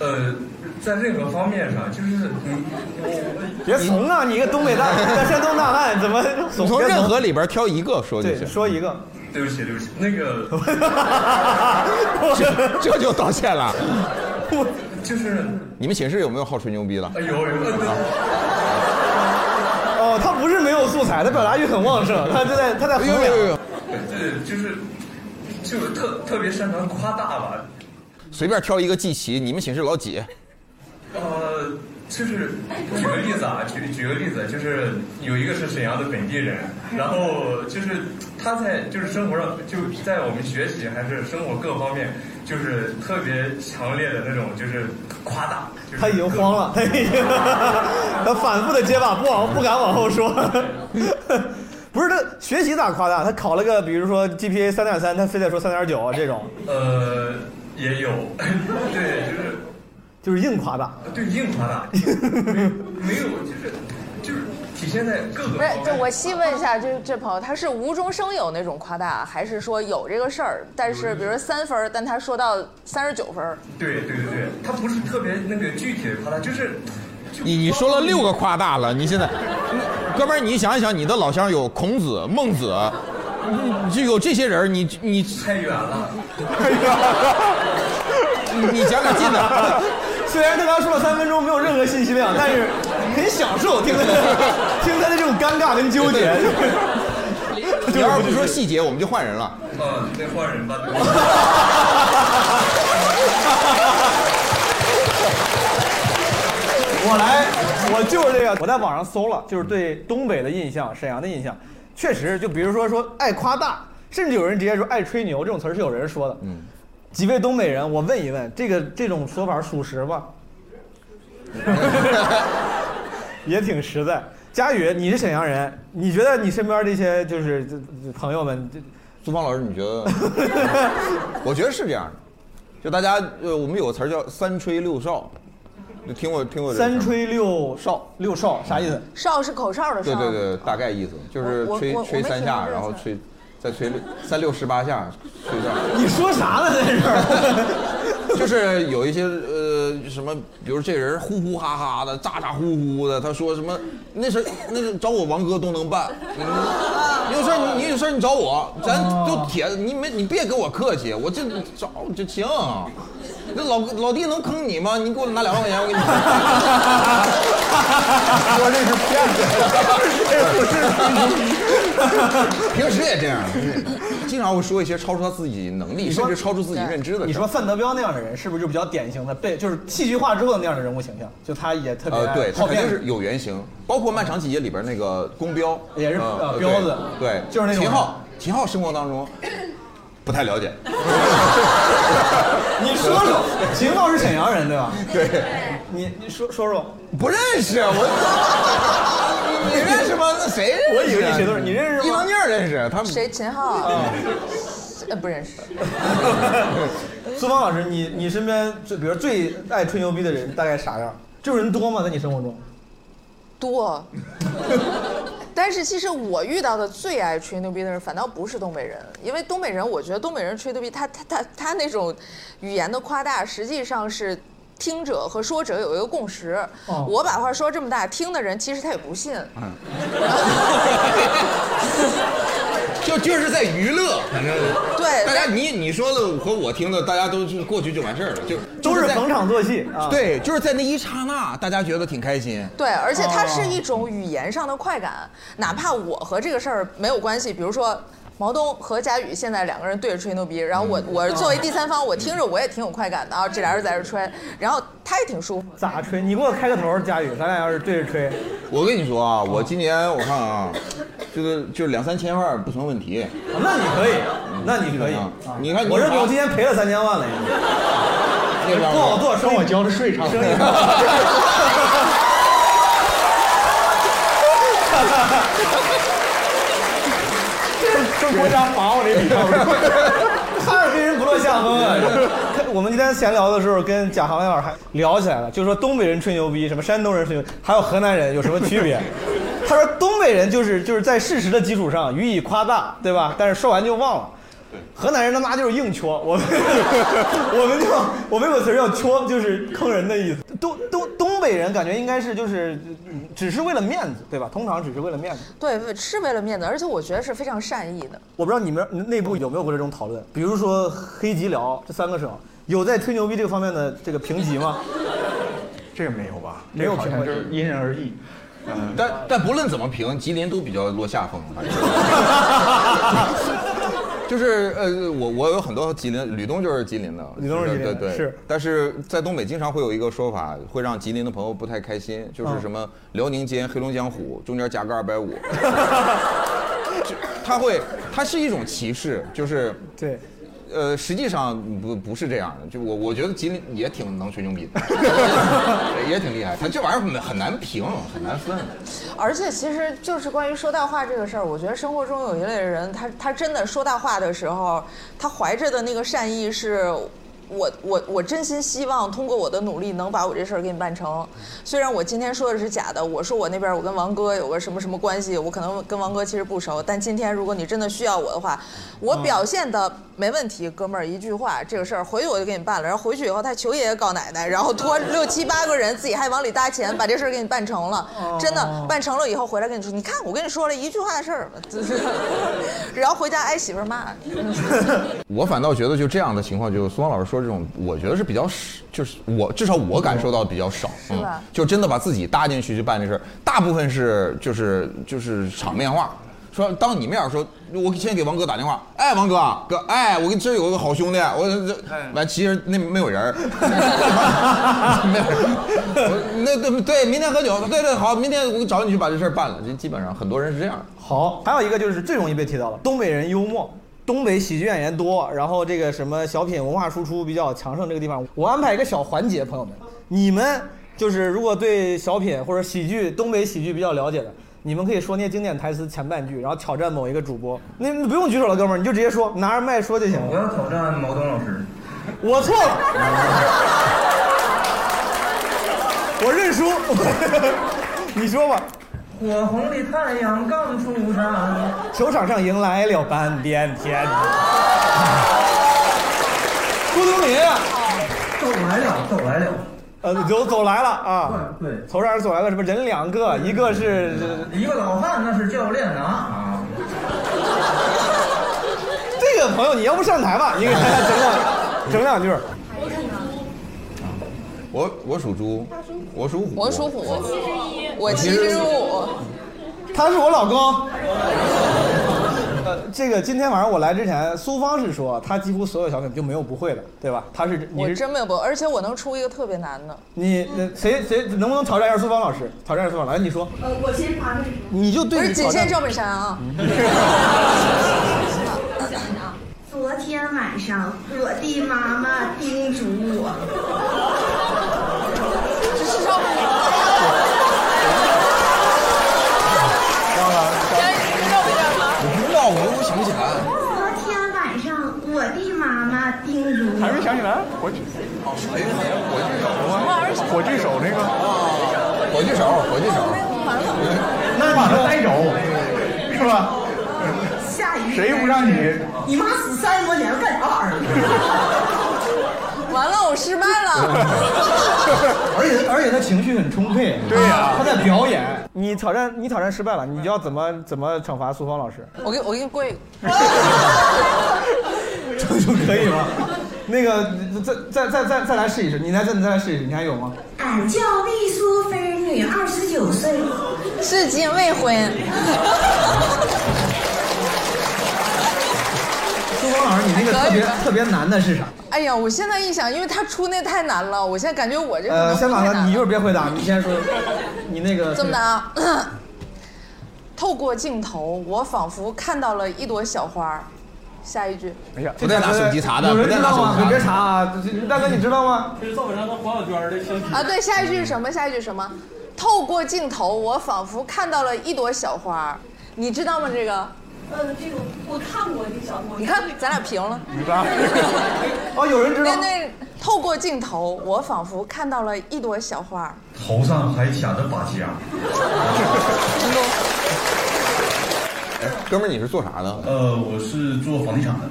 [SPEAKER 2] 呃，在任何方面上，就是嗯，
[SPEAKER 1] 别怂啊，你一个东北大，在山东大汉怎么怂？
[SPEAKER 3] 你从
[SPEAKER 1] 别怂
[SPEAKER 3] 任何里边挑一个说就
[SPEAKER 1] 对
[SPEAKER 3] 行。
[SPEAKER 1] 说一个。
[SPEAKER 2] 对不起对不起，那 个
[SPEAKER 3] 这这就道歉了。
[SPEAKER 2] 就是
[SPEAKER 3] 你们寝室有没有好吹牛逼的？
[SPEAKER 2] 哎呦有有
[SPEAKER 1] 哦，他不是没有素材，他表达欲很旺盛，他就在他在衡量。
[SPEAKER 2] 对， 就是就是特特别擅长夸大吧，
[SPEAKER 3] 随便挑一个记齐。你们寝室老几？
[SPEAKER 2] 呃，就是举个例子啊，举举个例子，就是有一个是沈阳的本地人，然后就是他在就是生活上，就在我们学习还是生活各方面，就是特别强烈的那种，就是夸大，就是
[SPEAKER 1] 他已经慌了，他 已经他反复的结巴，不往不敢往后说。 不是他学习咋夸大？他考了个比如说 GPA 三点三，他非得说三点九啊这种，
[SPEAKER 2] 呃也有， 对，就是
[SPEAKER 1] 就是硬夸大。
[SPEAKER 2] 啊对硬夸大，没有就是就是体现在各个
[SPEAKER 9] 不是，
[SPEAKER 2] 方
[SPEAKER 9] 就
[SPEAKER 2] 面。
[SPEAKER 9] 我细问一下，就是这朋友他是无中生有那种夸大，还是说有这个事儿？但是比如说三分儿，但他说到三十九分儿，
[SPEAKER 2] 对对对对，他不是特别那个具体的夸大，就是
[SPEAKER 3] 你你说了六个夸大了，你现在，你哥们儿，你想一想，你的老乡有孔子、孟子，你就有这些人儿，你你
[SPEAKER 2] 太远了，
[SPEAKER 3] 太远了，你讲点近的。
[SPEAKER 1] 虽然他刚说了三分钟没有任何信息量，但是很享受听他听他的这种尴尬跟纠结。
[SPEAKER 3] 你要是不说细节，我们就换人了。
[SPEAKER 2] 呃，得换人吧，对吧？
[SPEAKER 1] 我来，我就是这个，我在网上搜了，就是对东北的印象、沈阳的印象，确实，就比如说说爱夸大，甚至有人直接说爱吹牛这种词儿是有人说的。嗯，几位东北人，我问一问，这个这种说法属实吗？ 也挺实在。佳宇，你是沈阳人，你觉得你身边这些就是这这朋友们，这
[SPEAKER 3] 朱芳老师，你觉得？呃我觉得是这样的，就大家呃，我们有个词儿叫“三吹六哨”，你听过听过这个
[SPEAKER 1] 三
[SPEAKER 3] 事儿吗
[SPEAKER 1] 吹六哨，六哨啥意思？
[SPEAKER 9] 哨是口哨的哨。
[SPEAKER 3] 对对对，大概意思就是
[SPEAKER 9] 我我
[SPEAKER 3] 吹
[SPEAKER 9] 我
[SPEAKER 3] 吹
[SPEAKER 9] 没
[SPEAKER 3] 三
[SPEAKER 9] 听
[SPEAKER 3] 下，
[SPEAKER 9] 过
[SPEAKER 3] 然后吹再吹六三六十八下，吹到。
[SPEAKER 1] 你说啥呢？在这
[SPEAKER 3] 儿？就是有一些呃什么，比如这人呼呼哈哈的，咋咋呼呼的，他说什么那事儿那个找我王哥都能办，你 你有事儿你你有事儿你找我，咱就铁，你没你别跟我客气，我这找就行。那老老弟能坑你吗？你给我拿两万块钱，我给你。我这是骗子，这不是。平时也这样，经常会说一些超出他自己能力，甚至超出自己认知的
[SPEAKER 1] 你说范德彪那样的人是不是就比较典型的被就是戏剧化之后的那样的人物形象？就他也特别
[SPEAKER 3] 呃，对，他
[SPEAKER 1] 好
[SPEAKER 3] 肯定
[SPEAKER 1] 辩
[SPEAKER 3] 是有原型，包括《漫长季节》里边那个公标
[SPEAKER 1] 也是
[SPEAKER 3] 呃
[SPEAKER 1] 呃
[SPEAKER 3] 对
[SPEAKER 1] 彪子
[SPEAKER 3] 对，
[SPEAKER 1] 就是那种
[SPEAKER 3] 秦昊，秦昊生活当中不太了解，
[SPEAKER 1] 你说说， 秦昊是沈阳人对吧？
[SPEAKER 3] 对，
[SPEAKER 1] 你你说说说，
[SPEAKER 3] 不认识我，你认识吗？那谁认识啊？
[SPEAKER 1] 我以为你谁都是你认 识吗
[SPEAKER 3] 伊能静儿认识，他们嗯
[SPEAKER 9] 谁？秦昊？啊 呃，不认识。
[SPEAKER 1] 苏芳老师，你你身边最比如最爱吹牛逼的人大概啥样？这种人多吗？在你生活中？
[SPEAKER 9] 多。 但是其实我遇到的最爱吹牛逼的人，反倒不是东北人，因为东北人，我觉得东北人吹牛逼，他他他他那种语言的夸大，实际上是听者和说者有一个共识。
[SPEAKER 16] 哦
[SPEAKER 9] 我把话说这么大，听的人其实他也不信。
[SPEAKER 3] 嗯就就是在娱乐，反正
[SPEAKER 9] 对
[SPEAKER 3] 大家你你说的和我听的，大家都是过去就完事儿了，就
[SPEAKER 1] 都是
[SPEAKER 3] 在
[SPEAKER 1] 逢场作戏啊
[SPEAKER 3] 对，就是在那一刹那，大家觉得挺开心。
[SPEAKER 9] 对，而且它
[SPEAKER 1] 哦
[SPEAKER 9] 是一种语言上的快感，哪怕我和这个事儿没有关系，比如说。毛东和贾宇现在两个人对着吹牛逼，然后我
[SPEAKER 1] 嗯哦
[SPEAKER 9] 我作为第三方，我听着我也挺有快感的啊，这俩人在这吹，然后他也挺舒服。
[SPEAKER 1] 咋吹？你给我开个头，佳宇，咱俩要是对着吹，嗯
[SPEAKER 3] 我跟你说啊，我今年我看啊，就是就是两三千万不成问题。嗯
[SPEAKER 1] 那你可以，那你可以。啊
[SPEAKER 3] 你看你
[SPEAKER 1] 我认为我今天赔了三千万了，已 经。不好做生意，我交的税差不多。 这这国家罚我这笔 账，哈尔滨人不落下风啊！这我们今天闲聊的时候，跟贾航老师还聊起来了，就是说东北人吹牛逼，什么山东人吹牛逼，还有河南人有什么区 别？他说东北人就是就是在事实的基础上予以夸大，对吧？但是说完就忘了。河南人他妈就是硬戳，我们 我们就我们有个词儿叫戳，就是坑人的意思。东东东北人感觉应该是就是嗯只是为了面子，对吧？通常只是为了面子。
[SPEAKER 9] 对，是为了面子，而且我觉得是非常善意的。
[SPEAKER 1] 我不知道你们内部有没有过这种讨论，比如说黑吉辽这三个省有在吹牛逼这个方面的这个评级吗？
[SPEAKER 5] 这个没有吧？
[SPEAKER 1] 没有
[SPEAKER 5] 这个好
[SPEAKER 1] 评
[SPEAKER 5] 像
[SPEAKER 1] 级，
[SPEAKER 5] 就是因人而异。嗯，
[SPEAKER 3] 但但不论怎么评，吉林都比较落下风。反正 就是呃，我我有很多吉林，吕东就是吉林的，
[SPEAKER 1] 吕东是吉林的
[SPEAKER 3] 对对。
[SPEAKER 1] 是，
[SPEAKER 3] 但是在东北经常会有一个说法，会让吉林的朋友不太开心，就是
[SPEAKER 1] 嗯
[SPEAKER 3] 什么辽宁尖、黑龙江虎，中间夹个二百五。 就他会，它是一种歧视，就是
[SPEAKER 1] 对。
[SPEAKER 3] 呃，实际上不不是这样的，就我我觉得吉林也挺能吹牛逼的， 也挺厉害。他这玩意儿很很难评，很难分。
[SPEAKER 9] 而且其实就是关于说大话这个事儿，我觉得生活中有一类人，他他真的说大话的时候，他怀着的那个善意是。我我我真心希望通过我的努力能把我这事儿给你办成。虽然我今天说的是假的，我说我那边我跟王哥有个什么什么关系，我可能跟王哥其实不熟，但今天如果你真的需要我的话，我表现的没问题，哥们儿一句话，这个事儿回去我就给你办了。然后回去以后他求爷爷告奶奶，然后托六七八个人自己还往里搭钱，把这事儿给你办成了。真的办成了以后回来跟你说，你看我跟你说了一句话的事儿， 就是，然后回家挨媳妇儿骂。
[SPEAKER 3] 我反倒觉得就这样的情况，就苏芳老师说这种，我觉得是比较少，就是我至少我感受到的比较少，嗯
[SPEAKER 9] 是吧
[SPEAKER 3] 就真的把自己搭进去去办这事儿，大部分是就是就是场面话。说当你面儿说，我先给王哥打电话，哎，王哥，哥，哎，我跟这儿有个好兄弟，啊我这完，其实那没有人儿， 没有人儿，我那对对，明天喝酒，对对，好，明天我找你去把这事儿办了，这基本上很多人是这样的。
[SPEAKER 1] 好，还有一个就是最容易被提到的，东北人幽默，东北喜剧演员多，然后这个什么小品文化输出比较强盛这个地方，我安排一个小环节，朋友们，你们就是如果对小品或者喜剧东北喜剧比较了解的。你们可以说那些经典台词前半句，然后挑战某一个主播。那那不用举手了，哥们儿，你就直接说，拿着麦说就行了。我要挑战毛东老师。我错了。我认输。 你说吧。
[SPEAKER 16] 火红的太阳刚出山，
[SPEAKER 1] 球场上迎来了半边天。郭冬临啊，
[SPEAKER 16] 走来了，走来了。
[SPEAKER 1] 呃，走走来了啊！对对，头上人走来了，什么人两个，一个是
[SPEAKER 16] 一个老汉那是教练啊。
[SPEAKER 1] 这个朋友，你要不上台吧？你给大家整两 整两句儿。
[SPEAKER 3] 我我属猪，我属虎，
[SPEAKER 9] 我属虎，我
[SPEAKER 3] 七
[SPEAKER 9] 十一，我七
[SPEAKER 3] 我七
[SPEAKER 9] 十
[SPEAKER 3] 十
[SPEAKER 9] 五。
[SPEAKER 1] 他是我老公。呃，这个今天晚上我来之前，苏芳是说她几乎所有小品就没有不会的，对吧？她是你
[SPEAKER 9] 我
[SPEAKER 1] 是
[SPEAKER 9] 真没有不，而且我能出一个特别难的。
[SPEAKER 1] 你呃谁谁能不能挑战一下苏芳老师？挑战一下苏芳，来你说，
[SPEAKER 9] 呃，我先答那
[SPEAKER 1] 你就对
[SPEAKER 9] 不是
[SPEAKER 1] 你
[SPEAKER 9] 仅限赵
[SPEAKER 1] 挑战
[SPEAKER 9] 本山啊。
[SPEAKER 13] 昨天晚上，我的妈妈叮嘱我，这是赵本
[SPEAKER 3] 我不知道，我我想不起来。
[SPEAKER 13] 昨天晚上，我的妈妈叮嘱我，
[SPEAKER 5] 还没想起来，火炬，
[SPEAKER 3] 哎呀，火炬手
[SPEAKER 5] 吗？火炬手那个，
[SPEAKER 3] 火炬手，火 炬手，
[SPEAKER 5] 那你就带走，是吧？
[SPEAKER 13] 下雨
[SPEAKER 5] 谁不让你？
[SPEAKER 13] 你妈死三十多年了，干啥玩意儿？
[SPEAKER 9] 完了，我失败了。
[SPEAKER 1] 而且而且他情绪很充沛，
[SPEAKER 12] 啊
[SPEAKER 1] 对呀、他在表演。你挑战你挑战失败了，你要怎么怎么惩罚苏芳老师？
[SPEAKER 9] 我给我给你跪。
[SPEAKER 1] 这就可以吗？那个再再再再再来试一试，你来再再来试一试，你还有吗？
[SPEAKER 13] 俺叫魏淑芬，女，二十九岁，
[SPEAKER 9] 至今未婚。
[SPEAKER 1] 苏芳老师，你那个特别特别难的是啥？
[SPEAKER 9] 哎呀，我现在一想，因为他出那太难了，我现在感觉我这可
[SPEAKER 1] 呃，
[SPEAKER 9] 能
[SPEAKER 1] 先把
[SPEAKER 9] 太难
[SPEAKER 1] 它，
[SPEAKER 9] 了
[SPEAKER 1] 你一会儿别回答，你先说，你那个
[SPEAKER 9] 这么的啊。 透过镜头，我仿佛看到了一朵小花儿。下一句，
[SPEAKER 1] 哎呀，
[SPEAKER 3] 不带拿手机查的
[SPEAKER 1] 有人
[SPEAKER 3] 不带
[SPEAKER 1] 知
[SPEAKER 3] 拿
[SPEAKER 1] 道
[SPEAKER 3] 手机
[SPEAKER 1] 吗？
[SPEAKER 3] 查
[SPEAKER 1] 你别查啊，大哥你知道吗？
[SPEAKER 17] 这是赵本山和黄小娟的相
[SPEAKER 9] 啊，对，下一句是什么？下一句是什么？透过镜头，我仿佛看到了一朵小花儿。你知道吗？这个？
[SPEAKER 11] 呃，这个我看过这个小说。
[SPEAKER 9] 你看，咱俩平了。
[SPEAKER 1] 你吧。哦，有人知道
[SPEAKER 9] 那。那透过镜头，我仿佛看到了一朵小花儿。
[SPEAKER 12] 头上还夹着把夹。
[SPEAKER 3] 哎哥们儿，你是做啥的？
[SPEAKER 12] 呃，我是做房地产的。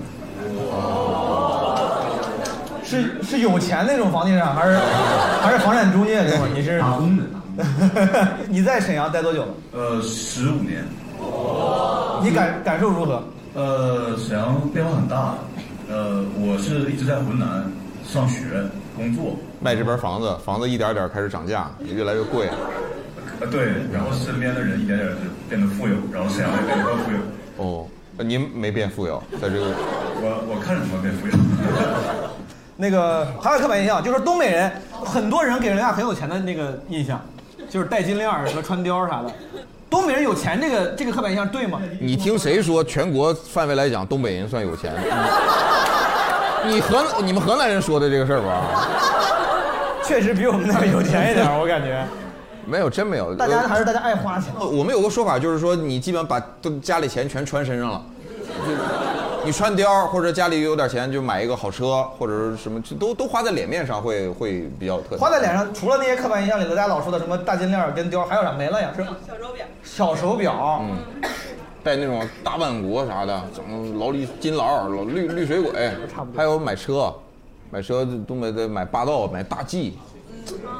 [SPEAKER 1] 是是有钱那种房地产，还是 还是房产中介那种？你是打工的。 你在沈阳待多久了？
[SPEAKER 12] 呃，十五年。
[SPEAKER 1] 你感感受如何？
[SPEAKER 12] 呃，沈阳变化很大。 呃，我是一直在浑南上学、工作。
[SPEAKER 3] 卖这边房子，房子一点点开始涨价，也越来越贵。
[SPEAKER 12] 呃，对，然后身边的人一点点的变得富有，然后沈阳也变得更富有。
[SPEAKER 3] 哦，您没变富有，在这个
[SPEAKER 12] 我我看着他们变富 有。
[SPEAKER 1] 那个还有刻板印象，就是东北人，很多人给人家很有钱的那个印象，就是戴金链儿和穿貂儿啥的。东北人有钱这个这个刻板印象对吗？
[SPEAKER 3] 你听谁说全国范围来讲，东北人算有钱的？你河你们河南人说的这个事儿吧？
[SPEAKER 1] 确实比我们那儿有钱一点儿，我感觉。
[SPEAKER 3] 没有，真没有。
[SPEAKER 1] 大家还是大家爱花钱。
[SPEAKER 3] 呃我们有个说法，就是说你基本把都家里钱全穿身上了，就你穿貂儿或者家里有点钱就买一个好车或者是什么，这都都花在脸面上会会比较有特点。
[SPEAKER 1] 花在脸上，除了那些刻板印象里头，大家老说的什么大金链儿跟貂儿，还有啥没了呀？是小手表。小手表。
[SPEAKER 3] 嗯，戴那种大万国啥的，整劳力金劳、老绿绿水鬼，还有买车，买车东北得买霸道、买大 G，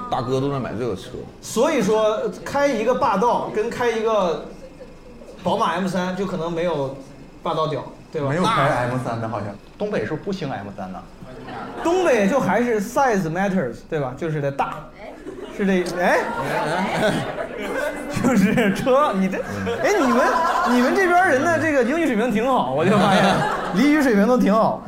[SPEAKER 3] 大哥都在买这个车。
[SPEAKER 1] 所以说，呃开一个霸道跟开一个宝马 M 3就可能没有霸道屌，对吧？
[SPEAKER 5] 没有开 M 3的，好像东北是不兴 M 3的。
[SPEAKER 1] 东北就还是 size matters，对吧？就是得大，是得哎，就是车，你这
[SPEAKER 5] 嗯
[SPEAKER 1] 哎，你们你们这边人的这个英语水平挺好，我就发 现俚语水平都挺好。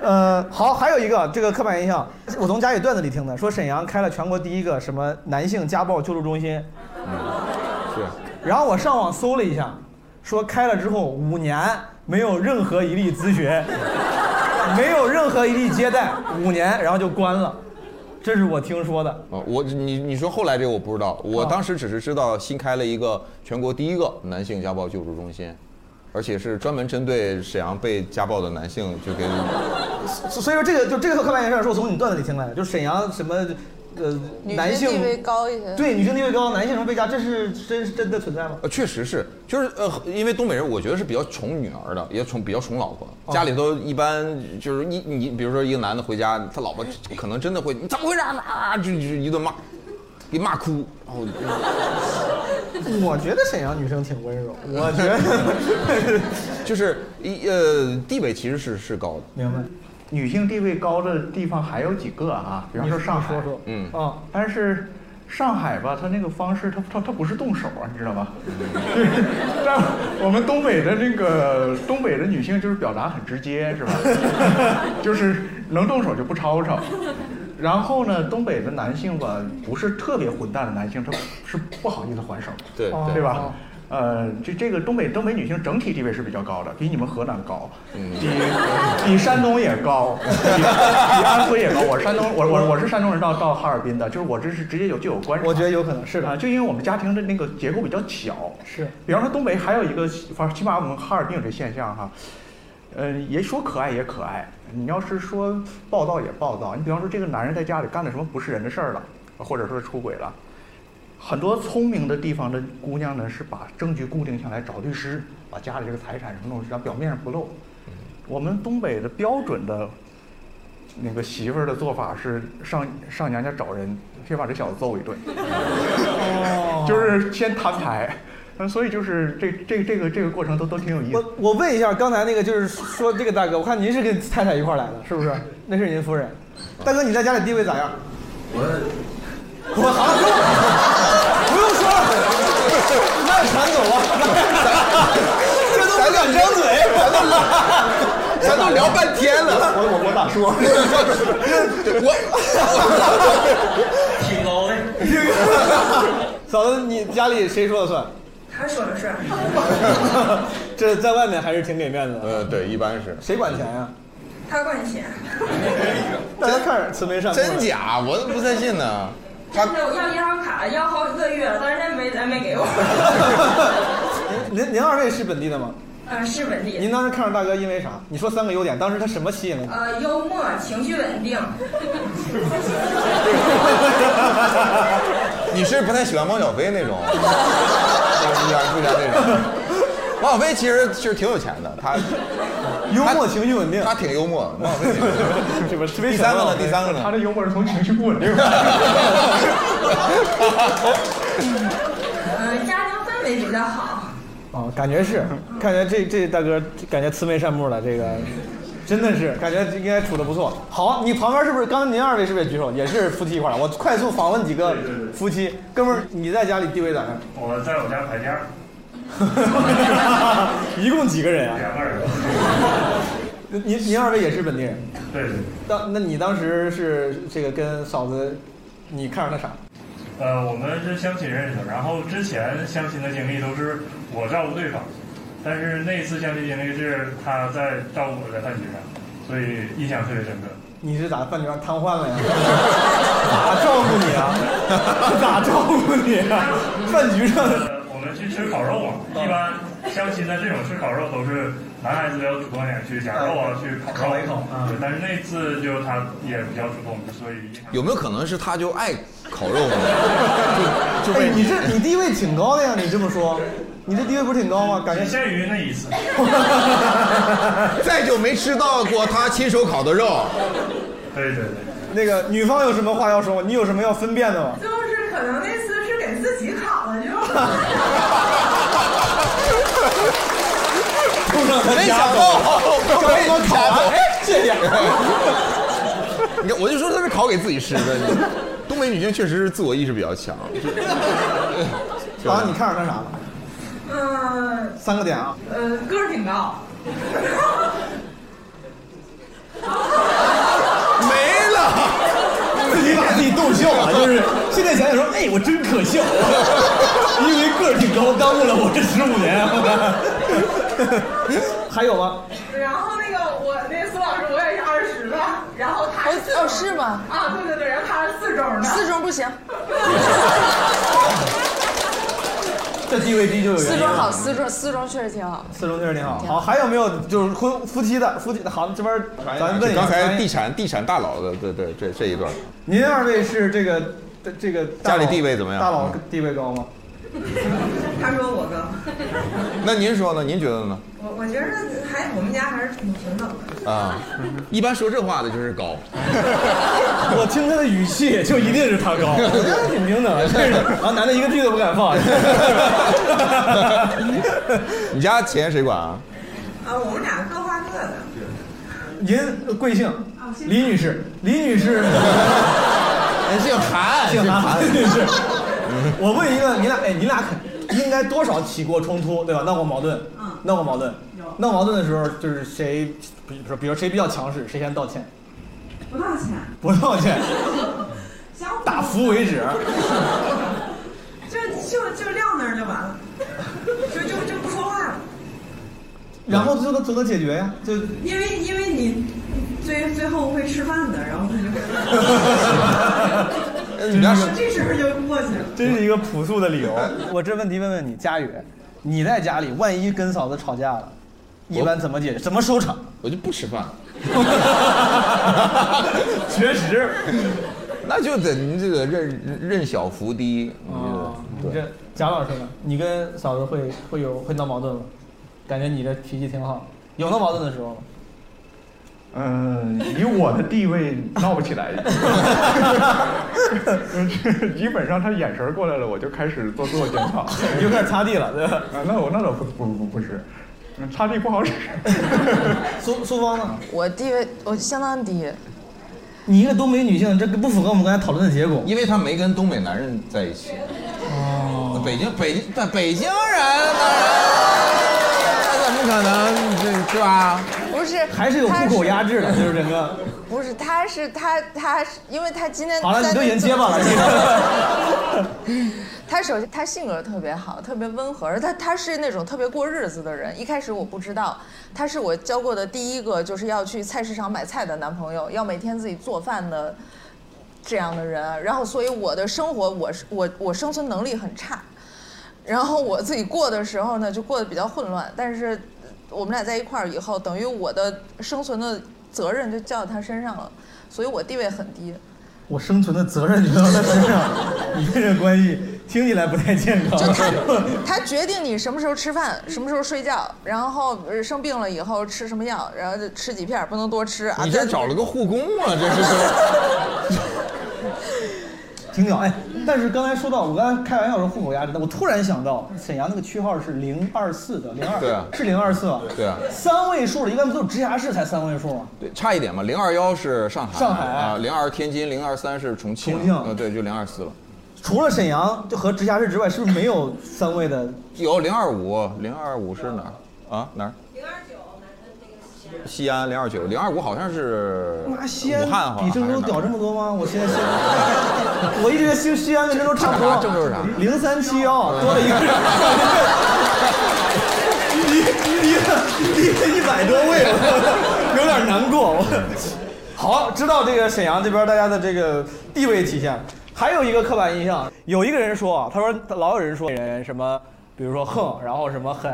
[SPEAKER 1] 呃，好，还有一个这个刻板印象，我从家里段子里听的，说沈阳开了全国第一个什么男性家暴救助中心，
[SPEAKER 3] 是，
[SPEAKER 1] 然后我上网搜了一下，说开了之后五年没有任何一例咨询， 没有任何一例接待，五年然后就关了，这是我听说的。
[SPEAKER 3] 啊，我你你说后来这个我不知道，我
[SPEAKER 1] 啊
[SPEAKER 3] 当时只是知道新开了一个全国第一个男性家暴救助中心，而且是专门针对沈阳被家暴的男性就给。
[SPEAKER 1] 所所以说这个就这个刻板印象是我从你段子里听来的，就沈阳什么呃
[SPEAKER 9] 女
[SPEAKER 1] 男
[SPEAKER 9] 性
[SPEAKER 1] 性
[SPEAKER 9] 地位高一些。
[SPEAKER 1] 对女性地位高，男性成被家，这是真是真的存在吗？
[SPEAKER 3] 呃，确实是，就是呃，因为东北人，我觉得是比较宠女儿的，也宠比较宠老婆。
[SPEAKER 1] 啊
[SPEAKER 3] 家里头一般就是你你，比如说一个男的回家，他老婆可能真的会，你怎么回事啊啊，就就一顿骂，给骂哭。哦，
[SPEAKER 1] 我觉得沈阳女生挺温柔，我觉
[SPEAKER 3] 得就是一呃地位其实是是高的，
[SPEAKER 1] 明白。
[SPEAKER 5] 女性地位高的地方还有几个啊，比方说上海，
[SPEAKER 3] 嗯
[SPEAKER 5] 啊，但是上海吧，它那个方式，它它它不是动手啊，你知道吧？但我们东北的那个东北的女性就是表达很直接，是吧？ 就是能动手就不吵吵。然后呢，东北的男性吧，不是特别混蛋的男性，他是不好意思还手，
[SPEAKER 3] 对
[SPEAKER 1] 哦
[SPEAKER 5] 对吧？呃，这这个东北东北女性整体地位是比较高的，比你们河南高，比比山东也高，比比安徽也高。我是山东，我我我是山东人到到哈尔滨的，就是我这是直接有就有关系。我觉
[SPEAKER 1] 得有可能是
[SPEAKER 5] 啊，就因为我们家庭的那个结构比较小，
[SPEAKER 1] 是
[SPEAKER 5] 比方说东北还有一个，反正起码我们哈尔滨有这现象哈，呃，也说可爱也可爱，你要是说暴躁也暴躁。你比方说这个男人在家里干了什么不是人的事儿了，或者说出轨了，很多聪明的地方的姑娘呢是把证据固定下来，找律师把家里这个财产什么弄，然后表面上不露。我们东北的标准的那个媳妇儿的做法是上上娘家找人，先把这小子揍一顿。就是先摊牌。嗯，所以就是这这这个这个过程都都挺有意思。
[SPEAKER 1] 我我问一下，刚才 那个 就是说这个大哥，我看您是跟太太一块儿来的，是不是？那是您夫人。大哥，你在家里地位咋样？ 我我好，不用不用说了， 那全走啊，这都不敢张嘴，咱都
[SPEAKER 4] 咱都聊半天了，
[SPEAKER 1] 我我我咋 说？
[SPEAKER 4] 我
[SPEAKER 16] 挺高的。
[SPEAKER 1] 嫂子，你家里谁说了算？
[SPEAKER 16] 他说的是，
[SPEAKER 1] 这在外面还是挺给面子的。
[SPEAKER 3] 呃，对，一般是。
[SPEAKER 1] 谁管钱呀、
[SPEAKER 16] 他管钱。
[SPEAKER 1] 大家看着慈眉善目。
[SPEAKER 3] 真假？我都不太信呢。他
[SPEAKER 16] 真的，我要银行卡要好几个月了，但是没人没给我。
[SPEAKER 1] 您您二位是本地的吗？
[SPEAKER 16] 呃，是本地。
[SPEAKER 1] 您当时看上大哥因为啥？你说三个优点，当时他什么吸引了你？
[SPEAKER 16] 呃，幽默，情绪稳 定。
[SPEAKER 3] 你是不太喜欢汪小菲 那种，就是演出家那种。汪小菲其实是挺有钱的，他
[SPEAKER 1] 幽默情绪稳定，
[SPEAKER 3] 他挺幽默的。汪小菲挺幽默
[SPEAKER 1] 是不是
[SPEAKER 3] 第三个呢？第三个呢？
[SPEAKER 5] 他的幽默是从情绪不稳定。
[SPEAKER 16] 呃，家庭氛围比较好。
[SPEAKER 1] 哦，感觉是，感觉这这大哥感觉慈眉善目了，这个真的是感觉应该处的不错。好，你旁边是不是？刚刚您二位是不是也举手？也是夫妻一块儿来？我快速访问几个夫妻，哥们儿，你在家里地位 咋样？
[SPEAKER 17] 我在我家排第二，
[SPEAKER 1] 一共几个人啊？
[SPEAKER 17] 两个人。
[SPEAKER 1] 您您二位也是本地人？
[SPEAKER 17] 对。
[SPEAKER 1] 当那你当时是这个跟嫂子，你看上她啥？
[SPEAKER 17] 呃，我们是相亲认识的，然后之前相亲的经历都是我照顾对方，但是那一次相亲经历是他在照顾我在饭局上，所以印象特别深刻。
[SPEAKER 1] 你是咋饭局上瘫痪了呀？ 咋照顾你啊？ 咋照顾你啊？饭局上
[SPEAKER 17] 我们去吃烤肉嘛，一般相亲的这种吃烤肉都是男孩子比较主动一点，去夹肉啊，去烤肉。对，但是那次就他也比较主动，所以印象
[SPEAKER 3] 有没有可能是他就爱烤肉呢？
[SPEAKER 1] 就哎，你这你地位挺高的呀，你这么说，你这地位不是挺高吗？感 觉
[SPEAKER 17] 限于那一次，
[SPEAKER 3] 再就没吃到过他亲手烤的肉。
[SPEAKER 17] 对对对。
[SPEAKER 1] 那个女方有什么话要说吗？你有什么要分辨的吗？
[SPEAKER 16] 就是可能那次是给自己考 的，就。
[SPEAKER 3] 哎
[SPEAKER 1] 碰上
[SPEAKER 4] 没想到
[SPEAKER 3] 被
[SPEAKER 4] 我
[SPEAKER 3] 烤 完
[SPEAKER 1] 哎，这样。
[SPEAKER 3] 你看，我就说他是烤给自己吃的。你东北女性确实是自我意识比 较强。
[SPEAKER 1] 啊，你看上他啥了？
[SPEAKER 16] 嗯
[SPEAKER 1] 三个点啊。
[SPEAKER 16] 呃，个儿挺高。
[SPEAKER 3] 没了，
[SPEAKER 1] 自己把自己逗笑了，就是现在想想说，哎，我真可笑，因为个儿挺高，耽误了我这十五年。还有吗？
[SPEAKER 16] 然后那个我那苏老师，我也是二十的，然后他是
[SPEAKER 9] 哦是吗？
[SPEAKER 16] 啊，对对对，然后他是四中的。
[SPEAKER 9] 四中不行。
[SPEAKER 1] 这地位低就有原
[SPEAKER 9] 四
[SPEAKER 1] 因了
[SPEAKER 9] 中好，四中四中确实挺好。
[SPEAKER 1] 四中确实挺好。
[SPEAKER 9] 挺好
[SPEAKER 1] 好，还有没有就是婚夫妻的夫妻的？好，这边咱们问一下
[SPEAKER 3] 刚才地产地产大佬的，对对这这一段，
[SPEAKER 1] 您二位是这个这个大佬
[SPEAKER 3] 家里地位怎么样
[SPEAKER 1] 大佬地位高吗？
[SPEAKER 2] 他说我高，
[SPEAKER 3] 那您说呢？您觉得呢？
[SPEAKER 2] 我我觉得还我们家还是挺平等的。
[SPEAKER 3] 啊，一般说这话的就是高，
[SPEAKER 1] 我听他的语气就一定是他 高，我觉得挺平等的，这是。然后男的一个 屁都不敢放。
[SPEAKER 3] 你家钱谁管啊？
[SPEAKER 2] 啊，我们俩各花各的。
[SPEAKER 1] 您呃贵姓？
[SPEAKER 2] 哦
[SPEAKER 1] 李女士，李女 士，
[SPEAKER 4] 姓韩，
[SPEAKER 1] 哎姓
[SPEAKER 4] 姓
[SPEAKER 1] 韩，
[SPEAKER 4] 韩
[SPEAKER 1] 李女士。
[SPEAKER 2] 嗯
[SPEAKER 1] 我问一个，你俩，哎，你俩肯应该多少起过冲突，对吧？闹过矛盾，闹过矛盾，闹矛盾的时候就是谁，比如说，比如谁比较强势，谁先道歉，
[SPEAKER 16] 不道歉，
[SPEAKER 1] 不道歉，
[SPEAKER 2] 相互
[SPEAKER 1] 打服为 止。
[SPEAKER 2] 就就就撂那儿就完了，就就就不说话了。
[SPEAKER 1] 然后就能就能解决呀， 就
[SPEAKER 2] 因为因为你最最后会吃饭的，然后你就
[SPEAKER 1] 你不要说
[SPEAKER 2] 这事儿就过去了。
[SPEAKER 1] 真是一个朴素的理由。 我这问题问问你，佳宇，你在家里万一跟嫂子吵架了，一般怎么解决？怎么收场？
[SPEAKER 3] 我就不吃饭了。
[SPEAKER 1] 确实，
[SPEAKER 3] 那就得你这个任任小福低，你
[SPEAKER 1] 你
[SPEAKER 3] 这
[SPEAKER 1] 这贾老师呢？你跟嫂子会会有会闹矛盾吗？感觉你这脾气挺好，有闹矛盾的时候吗？
[SPEAKER 5] 嗯，以我的地位闹不起来， 基本上他眼神过来了，我就开始做自我检 讨，
[SPEAKER 1] 你就开始擦地了，对吧？
[SPEAKER 5] 啊，那我那倒不不不不是，嗯擦地不好使。
[SPEAKER 1] 苏苏芳呢？
[SPEAKER 9] 我地位我相当低，
[SPEAKER 1] 你一个东北女性，这个不符合我们刚才讨论的结果。
[SPEAKER 3] 因为他没跟东北男人在一起。哦，北京北京北北京人当然，那怎么可能这是啊吧？
[SPEAKER 9] 不是
[SPEAKER 1] 还是有户口压制的，就是整个。
[SPEAKER 9] 不是，他是他他是，因为他今天
[SPEAKER 1] 好了，
[SPEAKER 9] 在
[SPEAKER 1] 你
[SPEAKER 9] 那
[SPEAKER 1] 都迎接吧了， 你。
[SPEAKER 9] 他首先他性格特别好，特别温和，而他他是那种特别过日子的人。一开始我不知道，他是我交过的第一个就是要去菜市场买菜的男朋友，要每天自己做饭的这样的人。啊然后，所以我的生活我是我我生存能力很差，然后我自己过的时候呢，就过得比较混乱。但是我们俩在一块儿以后，等于我的生存的责任就交到他身上了，所以我地位很低。
[SPEAKER 1] 我生存的责任就要在身 上，你跟这关系听起来不太健康。
[SPEAKER 9] 他决定你什么时候吃饭，什么时候睡觉，然后呃生病了以后吃什么药，然后就吃几片，不能多吃 啊。
[SPEAKER 3] 你这
[SPEAKER 9] 但
[SPEAKER 3] 找了个护工啊，这是。
[SPEAKER 1] 挺屌哎！但是刚才说到，我刚才开玩笑说户口压制，但我突然想到，沈阳那个区号是零二四的，零二
[SPEAKER 3] 对啊
[SPEAKER 1] 是零二四吧？
[SPEAKER 3] 对啊，
[SPEAKER 1] 三位数的，一般不都有直辖市才三位数吗？
[SPEAKER 3] 对，差一点嘛。零二幺是上海，
[SPEAKER 1] 上海
[SPEAKER 3] 啊，零二天津，零二三是重庆，
[SPEAKER 1] 重庆
[SPEAKER 3] 呃，对，就零二四了。
[SPEAKER 1] 除了沈阳就和直辖市之外，是不是没有三位的？
[SPEAKER 3] 有零二五，零二五是哪儿啊？哪儿？零二九，西安零二九，零二五好像是
[SPEAKER 1] 妈，西安
[SPEAKER 3] 武汉好像
[SPEAKER 1] 比郑
[SPEAKER 3] 还是
[SPEAKER 1] 州
[SPEAKER 3] 哪儿
[SPEAKER 1] 屌这么多吗？我现在西 安，我一直觉得西西安跟郑州差不多。
[SPEAKER 3] 郑州是啥？
[SPEAKER 1] 零三七幺多了一个人， 一一个一百多位了， 有点难过。我好，知道这个沈阳这边大家的这个地位体现。还有一个刻板印象，有一个人说啊，他说老有人说人什么，比如说横，然后什么狠。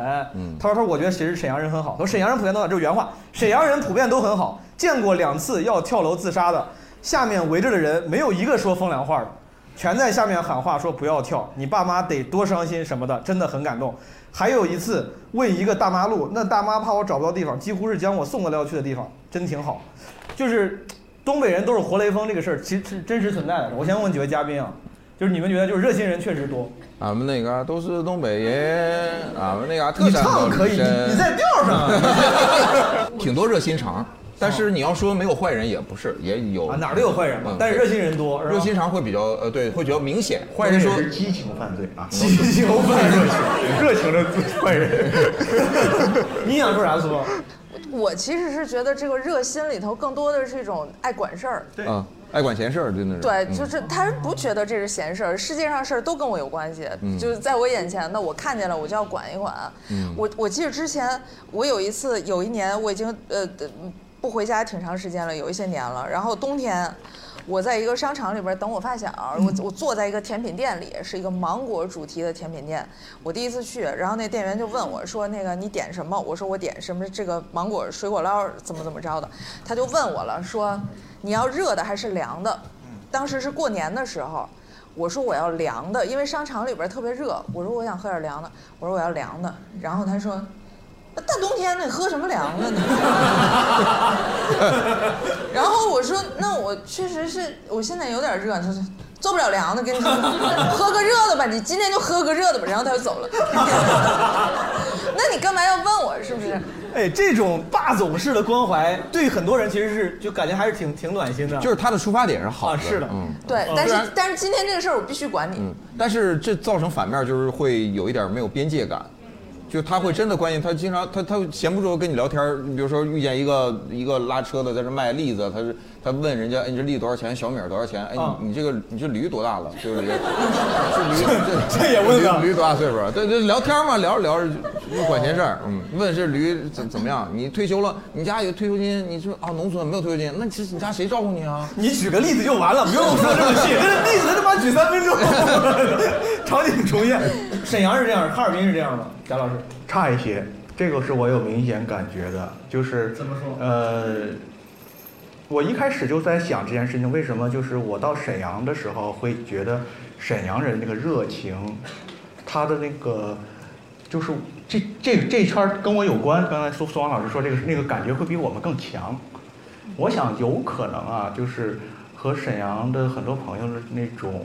[SPEAKER 1] 他说他说我觉得其实沈阳人很好。他说沈阳人普遍都好，这是原话，沈阳人普遍都很好。见过两次要跳楼自杀的，下面围着的人没有一个说风凉话的，全在下面喊话说不要跳，你爸妈得多伤心什么的，真的很感动。还有一次问一个大妈路，那大妈怕我找不到地方，几乎是将我送得了去的地方，真挺好。就是东北人都是活雷锋这个事儿，其实是真实存在的。我先问几位嘉宾啊，就是你们觉得就是热心人确实多，
[SPEAKER 3] 俺们那嘎都是东北人，俺们那嘎特
[SPEAKER 1] 你
[SPEAKER 3] 产
[SPEAKER 1] 唱
[SPEAKER 3] 都
[SPEAKER 1] 可以，
[SPEAKER 3] 是
[SPEAKER 1] 你你在调上啊
[SPEAKER 3] 挺多热心肠，但是你要说没有坏人也不是，也有
[SPEAKER 1] 啊哪儿都有坏人嘛
[SPEAKER 3] 嗯
[SPEAKER 1] 但是热心人多是吧嗯
[SPEAKER 3] 热心肠会比较呃对，会比较明显。坏人说
[SPEAKER 5] 是激情犯罪 啊，
[SPEAKER 1] 激情犯 罪
[SPEAKER 5] 热情的坏人。
[SPEAKER 1] 你想说啥苏？
[SPEAKER 9] 我其实是觉得这个热心里头更多的是一种爱管事儿。
[SPEAKER 3] 啊，爱管闲事儿，真的是。
[SPEAKER 9] 对，
[SPEAKER 3] 嗯
[SPEAKER 9] 就是他不觉得这是闲事儿，世界上事儿都跟我有关系，
[SPEAKER 3] 嗯
[SPEAKER 9] 就是在我眼前的，我看见了我就要管一管。
[SPEAKER 3] 嗯
[SPEAKER 9] 我我记得之前我有一次，有一年我已经呃呃不回家挺长时间了，有一些年了，然后冬天。我在一个商场里边等我发小，我我坐在一个甜品店里，是一个芒果主题的甜品店，我第一次去，然后那店员就问我说那个你点什么？我说我点什么这个芒果水果捞怎么怎么着的，他就问我了，说你要热的还是凉的？当时是过年的时候。我说我要凉的，因为商场里边特别热。我说我想喝点凉的，我说我要凉的。然后他说，大冬天的你喝什么凉的呢？然后我说那我确实是我现在有点热，他说做不了凉的，跟 你说，喝个热的吧，你今天就喝个热的吧。然后他就 走了。那你干嘛要问我是不是？
[SPEAKER 1] 哎，这种霸总式的关怀，对很多人其实是就感觉还是挺挺暖心的。
[SPEAKER 3] 就是他的出发点是好的，
[SPEAKER 1] 啊是的
[SPEAKER 3] 嗯，
[SPEAKER 9] 对
[SPEAKER 3] 嗯，
[SPEAKER 9] 但
[SPEAKER 3] 不然
[SPEAKER 9] 是但是今天这个事儿我必须管你。
[SPEAKER 3] 嗯，但是这造成反面就是会有一点没有边界感，就他会真的关心，他经常他他闲不住跟你聊天儿，你比如说遇见一个一个拉车的在这卖栗子，他是他问人家，哎，你这栗子多少钱？小米儿多少钱？哎，你你这个你这驴多大了？就是这这驴这
[SPEAKER 1] 这也问啊
[SPEAKER 3] 驴驴多大岁数啊？对对，聊天嘛，聊着聊着就就管闲事儿，嗯，问这驴怎怎么样？你退休了，你家有退休金？你说啊，农村没有退休金，那其实你家谁照顾你啊？
[SPEAKER 1] 你举个例子就完了，不用说这么 细，这例子他妈举三分钟， 场景重现。沈阳是这样，哈尔滨是这样的，贾老师。
[SPEAKER 5] 差一些，这个是我有明显感觉的，就是
[SPEAKER 1] 怎么说？
[SPEAKER 5] 呃，我一开始就在想这件事情，为什么就是我到沈阳的时候会觉得沈阳人那个热情，他的那个就是这这这圈儿跟我有关。刚才苏苏王老师说这个那个感觉会比我们更强，我想有可能啊，就是和沈阳的很多朋友的那种，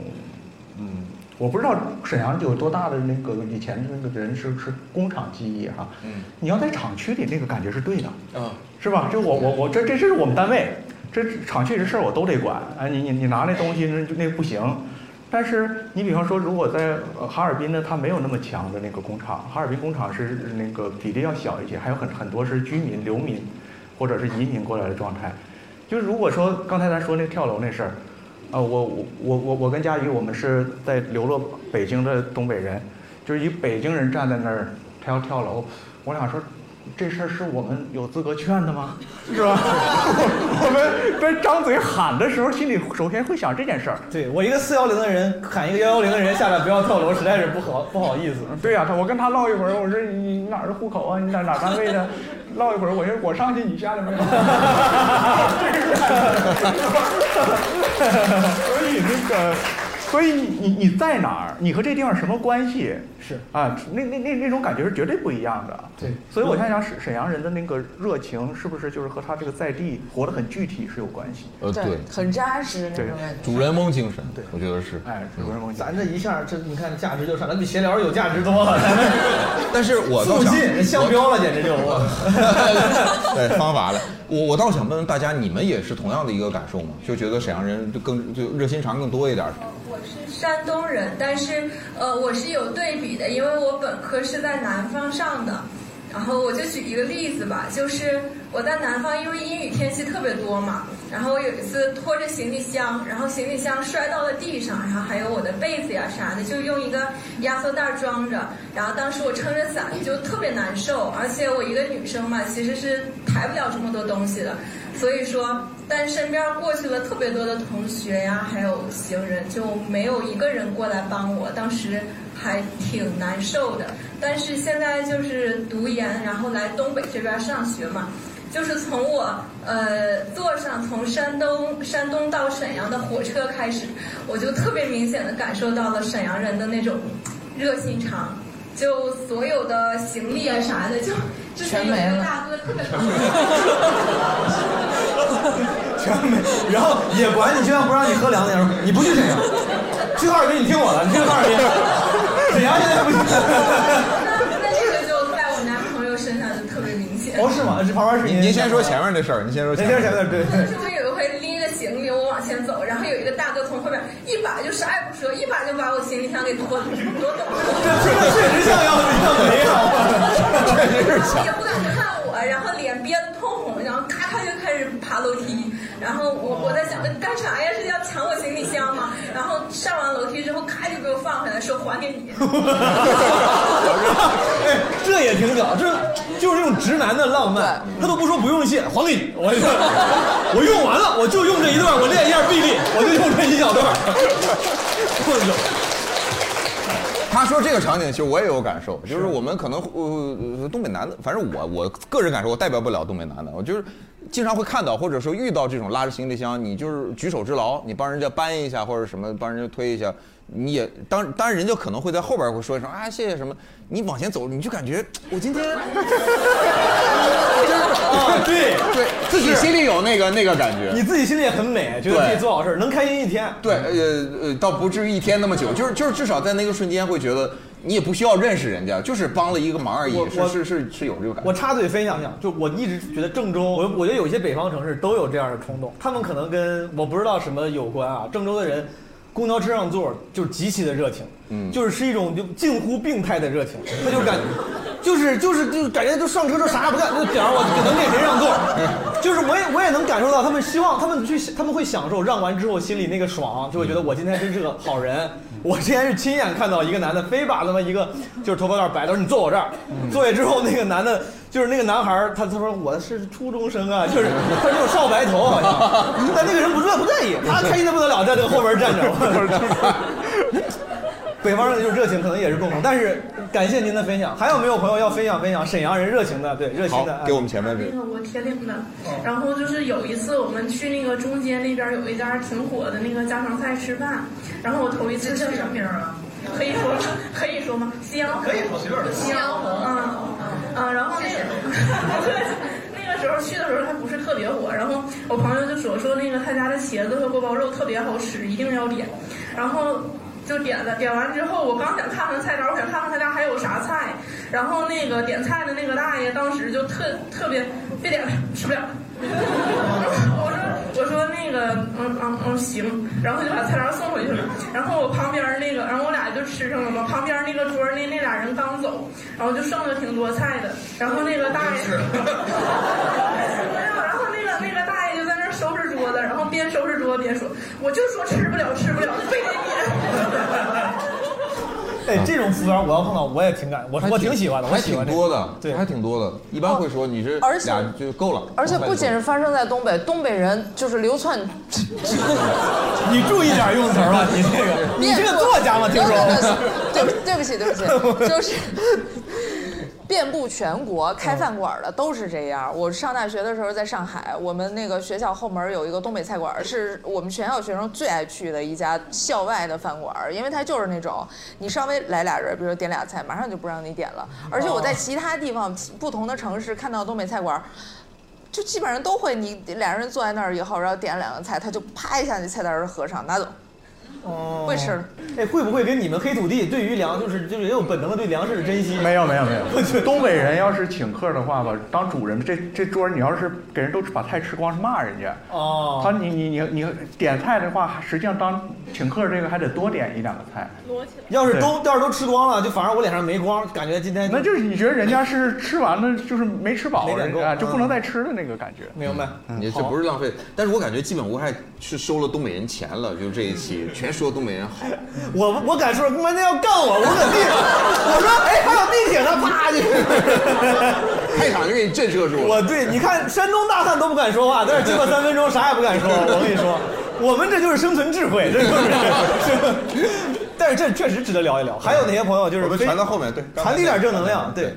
[SPEAKER 5] 嗯，我不知道沈阳有多大的那个以前的那个人是是工厂记忆哈、
[SPEAKER 3] 嗯
[SPEAKER 5] 你要在厂区里那个感觉是对的，
[SPEAKER 3] 啊，
[SPEAKER 5] 是吧？这我我我这这这是我们单位，这厂区里的事儿我都得管。哎，你你你拿那东西那就那不行。但是你比方说，如果在呃哈尔滨呢，它没有那么强的那个工厂，哈尔滨工厂是那个比例要小一些，还有很很多是居民、流民或者是移民过来的状态。就是如果说刚才咱说那个跳楼那事儿，啊，我我我我我跟佳宇，我们是在流落北京的东北人，就是一北京人站在那儿，他要跳楼，我俩说，这事儿是我们有资格劝的吗？是吧？ 我们在张嘴喊的时候，心里首先会想这件事儿。
[SPEAKER 1] 对我一个四幺零的人喊一个幺幺零的人下来不要跳楼，实在是不好不好意思。
[SPEAKER 5] 对呀、他我跟他唠一会儿，我说你你哪儿的户口啊？你哪哪单位的？唠一会儿，我说我上去，你下来 没有？所以那个，所以你你你在哪儿？你和这地方什么关系？
[SPEAKER 1] 是
[SPEAKER 5] 啊，那那那那种感觉是绝对不一样的。
[SPEAKER 1] 对
[SPEAKER 5] 所以我想想沈沈阳人的那个热情，是不是就是和他这个在地活得很具体是有关系？
[SPEAKER 3] 呃对，
[SPEAKER 9] 很扎实那种感觉。
[SPEAKER 3] 主人翁精神，对，我觉得是，
[SPEAKER 5] 哎，主人翁精
[SPEAKER 1] 咱
[SPEAKER 5] 神。
[SPEAKER 1] 这一下，这你看价值就上，咱比闲聊有价值多了。咱们
[SPEAKER 3] 但是 我倒
[SPEAKER 1] 促
[SPEAKER 3] 想
[SPEAKER 1] 进
[SPEAKER 3] 我
[SPEAKER 1] 相标了，简直就 我。
[SPEAKER 3] 对方法了。我我倒想问问大家，你们也是同样的一个感受吗？就觉得沈阳人就更就热心肠更多一点儿？
[SPEAKER 7] 我是山东人，但是呃，我是有对比的，因为我本科是在南方上的。然后我就举一个例子吧，就是我在南方，因为阴雨天气特别多嘛，然后我有一次拖着行李箱，然后行李箱摔到了地上，然后还有我的被子呀啥的，就用一个压缩袋装着。然后当时我撑着伞就特别难受，而且我一个女生嘛，其实是抬不了这么多东西的，所以说，但身边过去了特别多的同学呀，还有行人，就没有一个人过来帮我，当时还挺难受的。但是现在就是读研，然后来东北这边上学嘛，就是从我呃坐上从山东山东到沈阳的火车开始，我就特别明显的感受到了沈阳人的那种热心肠，就所有的行李啊啥的，就之前有一个大哥特别。
[SPEAKER 1] 全没，然后也管你，就像不让你喝凉的一样，你不去沈阳，去哈尔滨，你听我的，你去哈尔滨，沈阳现在不行。
[SPEAKER 7] 那这个就在我男朋友身上就特别明显。
[SPEAKER 1] 哦，是吗？这旁边是
[SPEAKER 3] 您您先说前面的事儿，您先说前面
[SPEAKER 1] 您先说前面对
[SPEAKER 7] 就是我有一回拎着行李，我往前走，然后有一个大哥从后面一把就啥也不说，一把就把我行李箱给拖走了。
[SPEAKER 1] 确实像要要没好吧？
[SPEAKER 3] 确实是像
[SPEAKER 7] 也。不敢看我，然后脸憋得通红，然后咔咔就开始爬楼梯。然后我我在想，干啥呀？是要抢我行李箱吗？
[SPEAKER 16] 然后上完楼梯之后，咔就给我放回来，说还给你。
[SPEAKER 1] 哎，这也挺屌，这就是这种直男的浪漫，他都不说不用谢，还给你，我我用完了，我就用这一段，我练一下臂力，我就用这一小段。我操！
[SPEAKER 3] 他说这个场景，其实我也有感受，就是我们可能呃东北男的，反正我我个人感受，我代表不了东北男的，我就是经常会看到，或者说遇到这种拉着行李箱，你就是举手之劳，你帮人家搬一下或者什么，帮人家推一下，你也当当然人家可能会在后边会说一声啊谢谢什么，你往前走，你就感觉我今天。
[SPEAKER 1] 啊， 对
[SPEAKER 3] 对，自己心里有那个那个感觉，
[SPEAKER 1] 你自己心里也很美，觉得自己做好事儿能开心一天。
[SPEAKER 3] 对，呃呃，倒不至于一天那么久，就是就是至少在那个瞬间会觉得你也不需要认识人家，就是帮了一个忙而已
[SPEAKER 1] 我，
[SPEAKER 3] 是
[SPEAKER 1] 我
[SPEAKER 3] 是是是有这个感觉。
[SPEAKER 1] 我插嘴分享一下，就我一直觉得郑州，我我觉得有些北方城市都有这样的冲动，他们可能跟我不知道什么有关啊。郑州的人，公交车上座就是极其的热情，
[SPEAKER 3] 嗯
[SPEAKER 1] 就是是一种就近乎病态的热情，他就感，就是就是就感觉就上车就啥也不干，就点儿我就能给谁让座，就是我也我也能感受到他们希望他们去他们会享受让完之后心里那个爽，就会
[SPEAKER 3] 嗯
[SPEAKER 1] 觉得我今天真是个好人。我之前是亲眼看到一个男的非把他妈一个就是头发有点白的说你坐我这儿，
[SPEAKER 3] 嗯
[SPEAKER 1] 坐下之后那个男的。就是那个男孩儿，他他说我是初中生啊，就是他是那种少白头好像，但那个人不在不在意，他开心的不得了，在这个后边站着。北方人就是热情，可能也是共同。但是感谢您的分享，还有没有朋友要分享分享沈阳人热情的？对，热情的。
[SPEAKER 3] 好给我们前面这
[SPEAKER 16] 那个哦我铁岭的，然后就是有一次我们去那个中街那边有一家挺火的那个家常菜吃饭，然后我头一次叫什么名儿啊？可以说可以说吗？夕阳红，
[SPEAKER 1] 可以说随便说
[SPEAKER 16] 夕阳红，啊啊，然后那个 那个时候去的时候还不是特别火，然后我朋友就说说那个他家的茄子和锅包肉特别好吃，一定要点，然后。就点了，点完之后，我刚想看看菜单，我想看看他家还有啥菜。然后那个点菜的那个大爷当时就特特别，别点了，吃不了。 我说我说那个嗯嗯嗯行，然后就把菜单送回去了。然后我旁边那个，然后我俩就吃上了嘛。旁边那个桌那那俩人刚走，然后就剩了挺多菜的。然后那个大爷，然后那个那个大爷就在那儿收拾桌子，然后边收拾桌子边说：“我就说吃不了，吃不了，非得点。”
[SPEAKER 1] 哎，这种服务员我要碰到我也挺感，我我挺喜欢的，我
[SPEAKER 3] 还
[SPEAKER 1] 喜欢
[SPEAKER 3] 挺
[SPEAKER 1] 这
[SPEAKER 3] 多
[SPEAKER 1] 个。
[SPEAKER 3] 的，对，还挺多的。一般会说你是
[SPEAKER 9] 而且
[SPEAKER 3] 俩就够了，
[SPEAKER 9] 而且不仅是发生在东北，东北人就是流窜，
[SPEAKER 1] 你注意点用词儿吧，你这个，你是个作家吗？听说？
[SPEAKER 9] 对不起，对不起，对不起，就是遍布全国开饭馆的都是这样。我上大学的时候在上海，我们那个学校后门有一个东北菜馆，是我们全校学生最爱去的一家校外的饭馆，因为它就是那种你稍微来俩人，比如说点俩菜，马上就不让你点了。而且我在其他地方、不同的城市看到东北菜馆。就基本上都会，你俩人坐在那儿以后，然后点两个菜，他就啪一下，那菜单儿合上拿走。
[SPEAKER 1] 哦
[SPEAKER 9] 会吃的。
[SPEAKER 1] 哎，会不会跟你们黑土地对于粮就是就是也有本能的对粮食的珍惜？
[SPEAKER 5] 没有没有没有，东北人要是请客的话吧，当主人这这桌你要是给人都把菜吃光是骂人家。
[SPEAKER 1] 哦
[SPEAKER 5] 他你你你你点菜的话，实际上当请客这个还得多点一两个菜。
[SPEAKER 1] 要是都要是都吃光了，就反正我脸上没光，感觉今天
[SPEAKER 5] 那就是你觉得人家是吃完了就是没吃饱，
[SPEAKER 1] 没点
[SPEAKER 5] 人
[SPEAKER 1] 够
[SPEAKER 5] 家就不能
[SPEAKER 1] 嗯
[SPEAKER 5] 再吃的那个感觉。
[SPEAKER 1] 明白？
[SPEAKER 3] 嗯你这不是浪费，但是我感觉基本无害是收了东北人钱了，就这一期全说东北人好。
[SPEAKER 1] 我我敢说，他妈那要干我，我可地，我说哎，还有地铁呢，啪就，
[SPEAKER 3] 开场就给你震慑住了
[SPEAKER 1] 我对，你看山东大汉都不敢说话，但是经过三分钟啥也不敢说。我跟你说，我们这就是生存智慧，这就是。但是这确实值得聊一聊。还有哪些朋友就是
[SPEAKER 3] 我们
[SPEAKER 1] 非
[SPEAKER 3] 传到后面对刚才
[SPEAKER 1] 传递点正能量，对。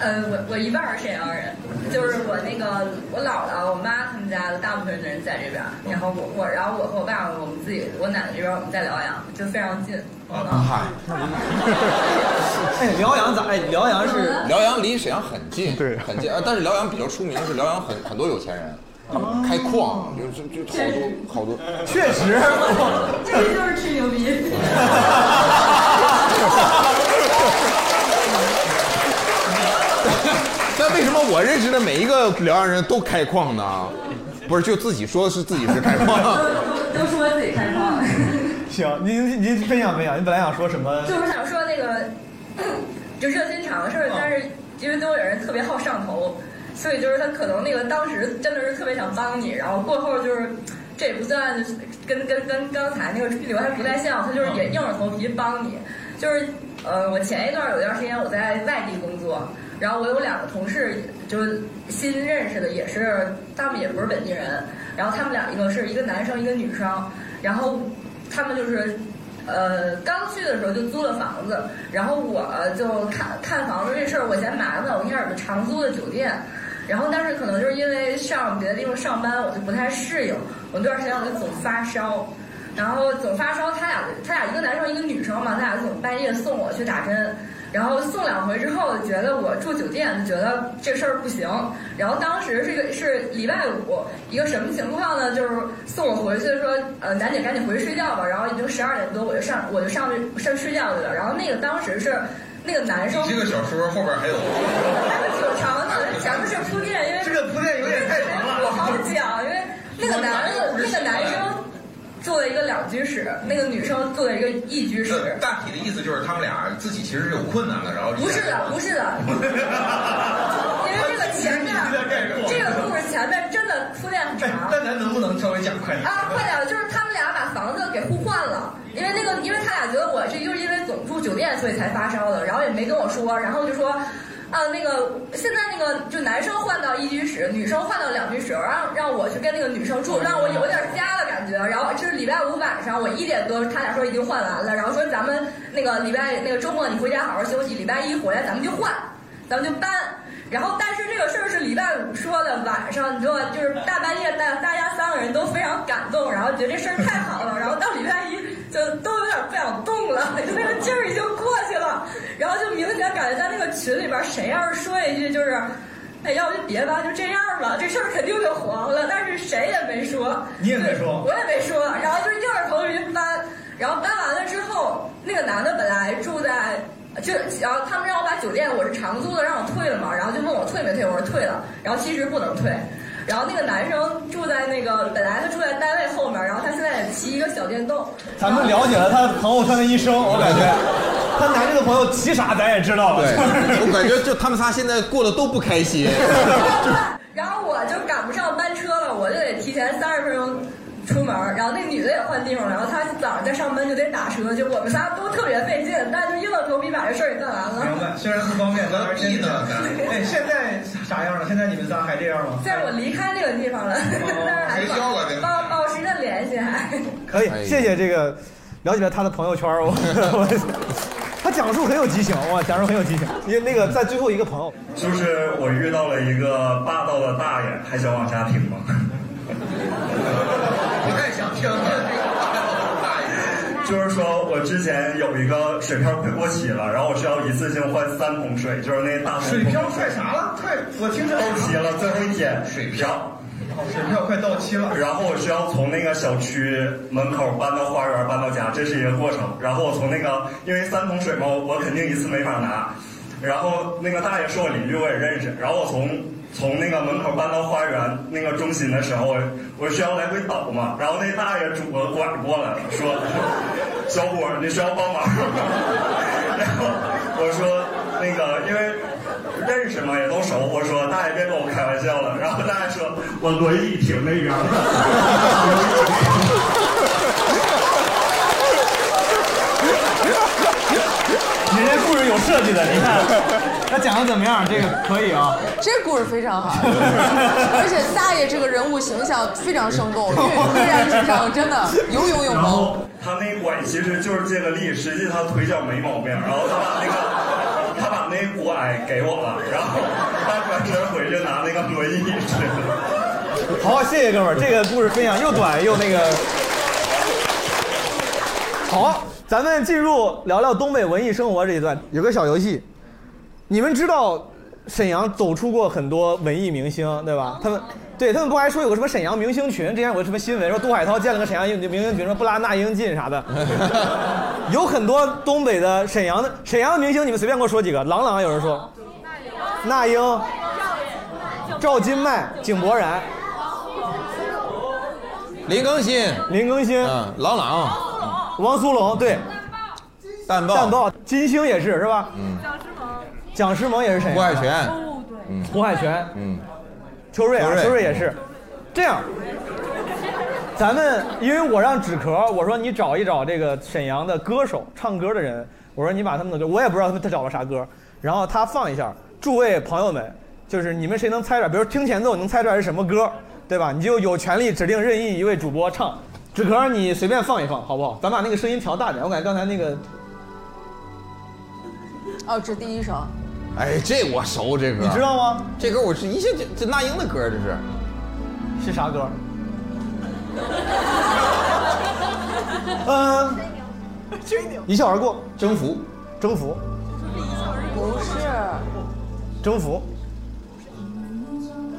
[SPEAKER 16] 呃，我我一半儿是沈阳人，就是我那个我姥姥、我妈他们家的大部分的人在这边儿，然后我我然后我和我爸我们自己我奶奶这边儿我们在辽阳，就非常近。
[SPEAKER 3] 啊
[SPEAKER 1] 啊
[SPEAKER 16] 嗯
[SPEAKER 3] 嗨，
[SPEAKER 1] 哎，辽阳咋？哎，辽阳
[SPEAKER 16] 是
[SPEAKER 2] 嗯
[SPEAKER 3] 辽阳离沈阳很近，对，很近。啊但是辽阳比较出名是辽阳很很多有钱人，他们开矿，就就就好多好多。
[SPEAKER 1] 哦确实，
[SPEAKER 2] 这个就是吹牛逼。
[SPEAKER 3] 但为什么我认识的每一个辽阳人都开矿呢？不是，就自己说是自己是开矿。
[SPEAKER 2] 都说自己开放，
[SPEAKER 1] 行，您您分享分享，您本来想说什么？
[SPEAKER 16] 就是想说那个，就热心肠的事儿，但是因为都有人特别好上头，所以就是他可能那个当时真的是特别想帮你，然后过后就是这也不算跟跟跟刚才那个流还不太像，他就是也硬着头皮帮你。就是呃，我前一段有一段时间我在外地工作，然后我有两个同事，就是新认识的，也是他们也不是本地人，然后他们俩一个是一个男生一个女生，然后他们就是。呃，刚去的时候就租了房子，然后我就看看房子这事儿，我嫌麻烦，我一开始就长租的酒店，然后但是可能就是因为上别的地方上班，我就不太适应，我那段时间我就总发烧，然后总发烧，他俩他俩一个男生一个女生嘛，他俩总半夜送我去打针。然后送两回之后，觉得我住酒店，觉得这事儿不行。然后当时这个是礼拜五，一个什么情况呢？就是送我回去说，呃，楠姐赶紧回去睡觉吧。然后已经十二点多，我就上我就上去上睡觉去了。然后那个当时是那个男生，
[SPEAKER 17] 这个小说后边还有，
[SPEAKER 16] 他们挺长的，前面是铺垫，因为
[SPEAKER 17] 这个铺垫有点太长了
[SPEAKER 16] 不好讲，因为那个男的那个男生住了一个两居室，那个女生住了一个一居室。
[SPEAKER 18] 大体的意思就是他们俩自己其实是有困难的，然后
[SPEAKER 16] 不是的，不是的， 因为这个前面这个故事前面真的铺垫
[SPEAKER 1] 哎
[SPEAKER 16] 很长。
[SPEAKER 17] 但咱能不能稍微讲快点？
[SPEAKER 16] 啊，快点！就是他们俩把房子给互换了，因为那个，因为他俩觉得我这就是因为总住酒店，所以才发烧的，然后也没跟我说，然后就说，啊，那个现在那个就男生换到一居室，女生换到两居室，让让我去跟那个女生
[SPEAKER 17] 嗯
[SPEAKER 16] 住，让我有点家的感觉。然后就是礼拜五晚上，我一点多，他俩说已经换完了，然后说咱们那个礼拜那个周末你回家好好休息，礼拜一回来咱们就换，咱们就搬。然后，但是这个事儿是礼拜五说的，晚上你知道吧，就是大半夜大大家三个人都非常感动，然后觉得这事儿太好了，然后到礼拜一就都有点不想动了，就那个劲儿已经过去了，然后就明显感觉在那个群里边儿，谁要是说一句就是。哎，要不就别吧，就这样吧，这事儿肯定就黄了。但是谁也没说，
[SPEAKER 1] 你也没说
[SPEAKER 16] 我也没说。哎然后就硬着头皮搬，然后搬完了之后，那个男的本来住在就，然后他们让我把酒店我是长租的，让我退了嘛，然后就问我退没退，我说退了，然后其实不能退。然后那个男生住在那个本来他住在单位后面，然后他现在也骑一个小电动。
[SPEAKER 1] 咱们了解了他朋友圈的一生，我 感觉他男这个朋友骑啥咱也知道了。
[SPEAKER 3] 对，我感觉就他们仨现在过得都不开 心。
[SPEAKER 16] 然后我就赶不上班车了，我就得提前三十分钟出门儿。然后那女的也换地方了，然后她早上在上班就得打车，就我们仨都特别费劲，但是硬着头皮把这事儿给干完了。
[SPEAKER 17] 明白，虽然不方便，但是现在，哎，现在啥样了？现在你们仨还这样吗？
[SPEAKER 16] 但是我离开那个地方了，但是还
[SPEAKER 17] 谁教了这个
[SPEAKER 16] 保保持着联系还。
[SPEAKER 1] 可以，谢谢这个了解了他的朋友圈儿，我 我他讲述很有激情，哇，讲述很有激情。因为那个在最后一个朋友，
[SPEAKER 17] 就是我遇到了一个霸道的大爷，还想往下听吗？
[SPEAKER 18] 不太想听了。大爷，
[SPEAKER 17] 就是说我之前有一个水漂快过期了，然后我需要一次性换三桶水，就是那大桶
[SPEAKER 18] 水漂
[SPEAKER 17] 快啥了？快，我听着到期了，最后一天水漂。水票快到期了，然后我需要从那个小区门口搬到花园，搬到家，这是一个过程。然后我从那个，因为三桶水嘛，我肯定一次没法拿。然后那个大爷是我邻居，我也认识。然后我从从那个门口搬到花园那个中心的时候，我我需要来回倒嘛。然后那大爷呃拄个拐过来了，说：“小伙儿，你需要帮忙吗？”然后我说：“那个，因为认识嘛，也都熟。”我说：“大爷，别跟我开玩笑了。”然后大爷说：“我轮椅停那边
[SPEAKER 1] 人家故事有设计的，你看他讲的怎么样？这个可以啊。
[SPEAKER 9] 这故事非常好，而且大爷这个人物形象非常生动，跃跃然纸上，真的有勇有
[SPEAKER 17] 然
[SPEAKER 9] 谋。
[SPEAKER 17] 后他那拐其实就是借个力，实际他腿脚没毛病。然后他把那个他把那拐给我了，然后他转身回去拿那个轮椅去了。
[SPEAKER 1] 好，谢谢哥们儿，这个故事分享又短又那个。好，咱们进入聊聊东北文艺生活这一段，有个小游戏，你们知道沈阳走出过很多文艺明星，对吧？他们对他们不还说有个什么沈阳明星群？之前有个什么新闻说杜海涛建了个沈阳明星群，说不拉那英进啥的， 有很多东北的沈阳的沈阳的明星，你们随便给我说几个。郎朗啊有人说，那英、赵今麦、井柏然、
[SPEAKER 3] 林更新，
[SPEAKER 1] 林更新，
[SPEAKER 3] 嗯，郎朗，
[SPEAKER 1] 王苏泷，对，
[SPEAKER 3] 淡豹，
[SPEAKER 1] 淡豹，金星也是是吧？
[SPEAKER 3] 嗯，
[SPEAKER 1] 蒋诗萌也是沈阳
[SPEAKER 3] 郭
[SPEAKER 1] 的，
[SPEAKER 3] 海泉，嗯，
[SPEAKER 1] 胡海泉，
[SPEAKER 3] 嗯，
[SPEAKER 1] 邱瑞啊，
[SPEAKER 3] 邱瑞
[SPEAKER 1] 邱瑞也是。这样，咱们因为我让纸壳，我说你找一找这个沈阳的歌手唱歌的人，我说你把他们的歌，我也不知道他们他找了啥歌，然后他放一下，诸位朋友们，就是你们谁能猜出来，比如听前奏你能猜出来是什么歌，对吧？你就有权利指定任意一位主播唱。纸壳，你随便放一放，好不好？咱把那个声音调大点，我感觉刚才那个
[SPEAKER 9] 哦，这第一首，
[SPEAKER 3] 哎，这我熟这歌，
[SPEAKER 1] 你知道吗？
[SPEAKER 3] 这歌我是一下就这那英的歌，这是
[SPEAKER 1] 是啥 歌？嗯，
[SPEAKER 19] 吹牛，
[SPEAKER 1] 一笑而过，
[SPEAKER 3] 征服，
[SPEAKER 1] 征服，
[SPEAKER 9] 不是，
[SPEAKER 1] 征服，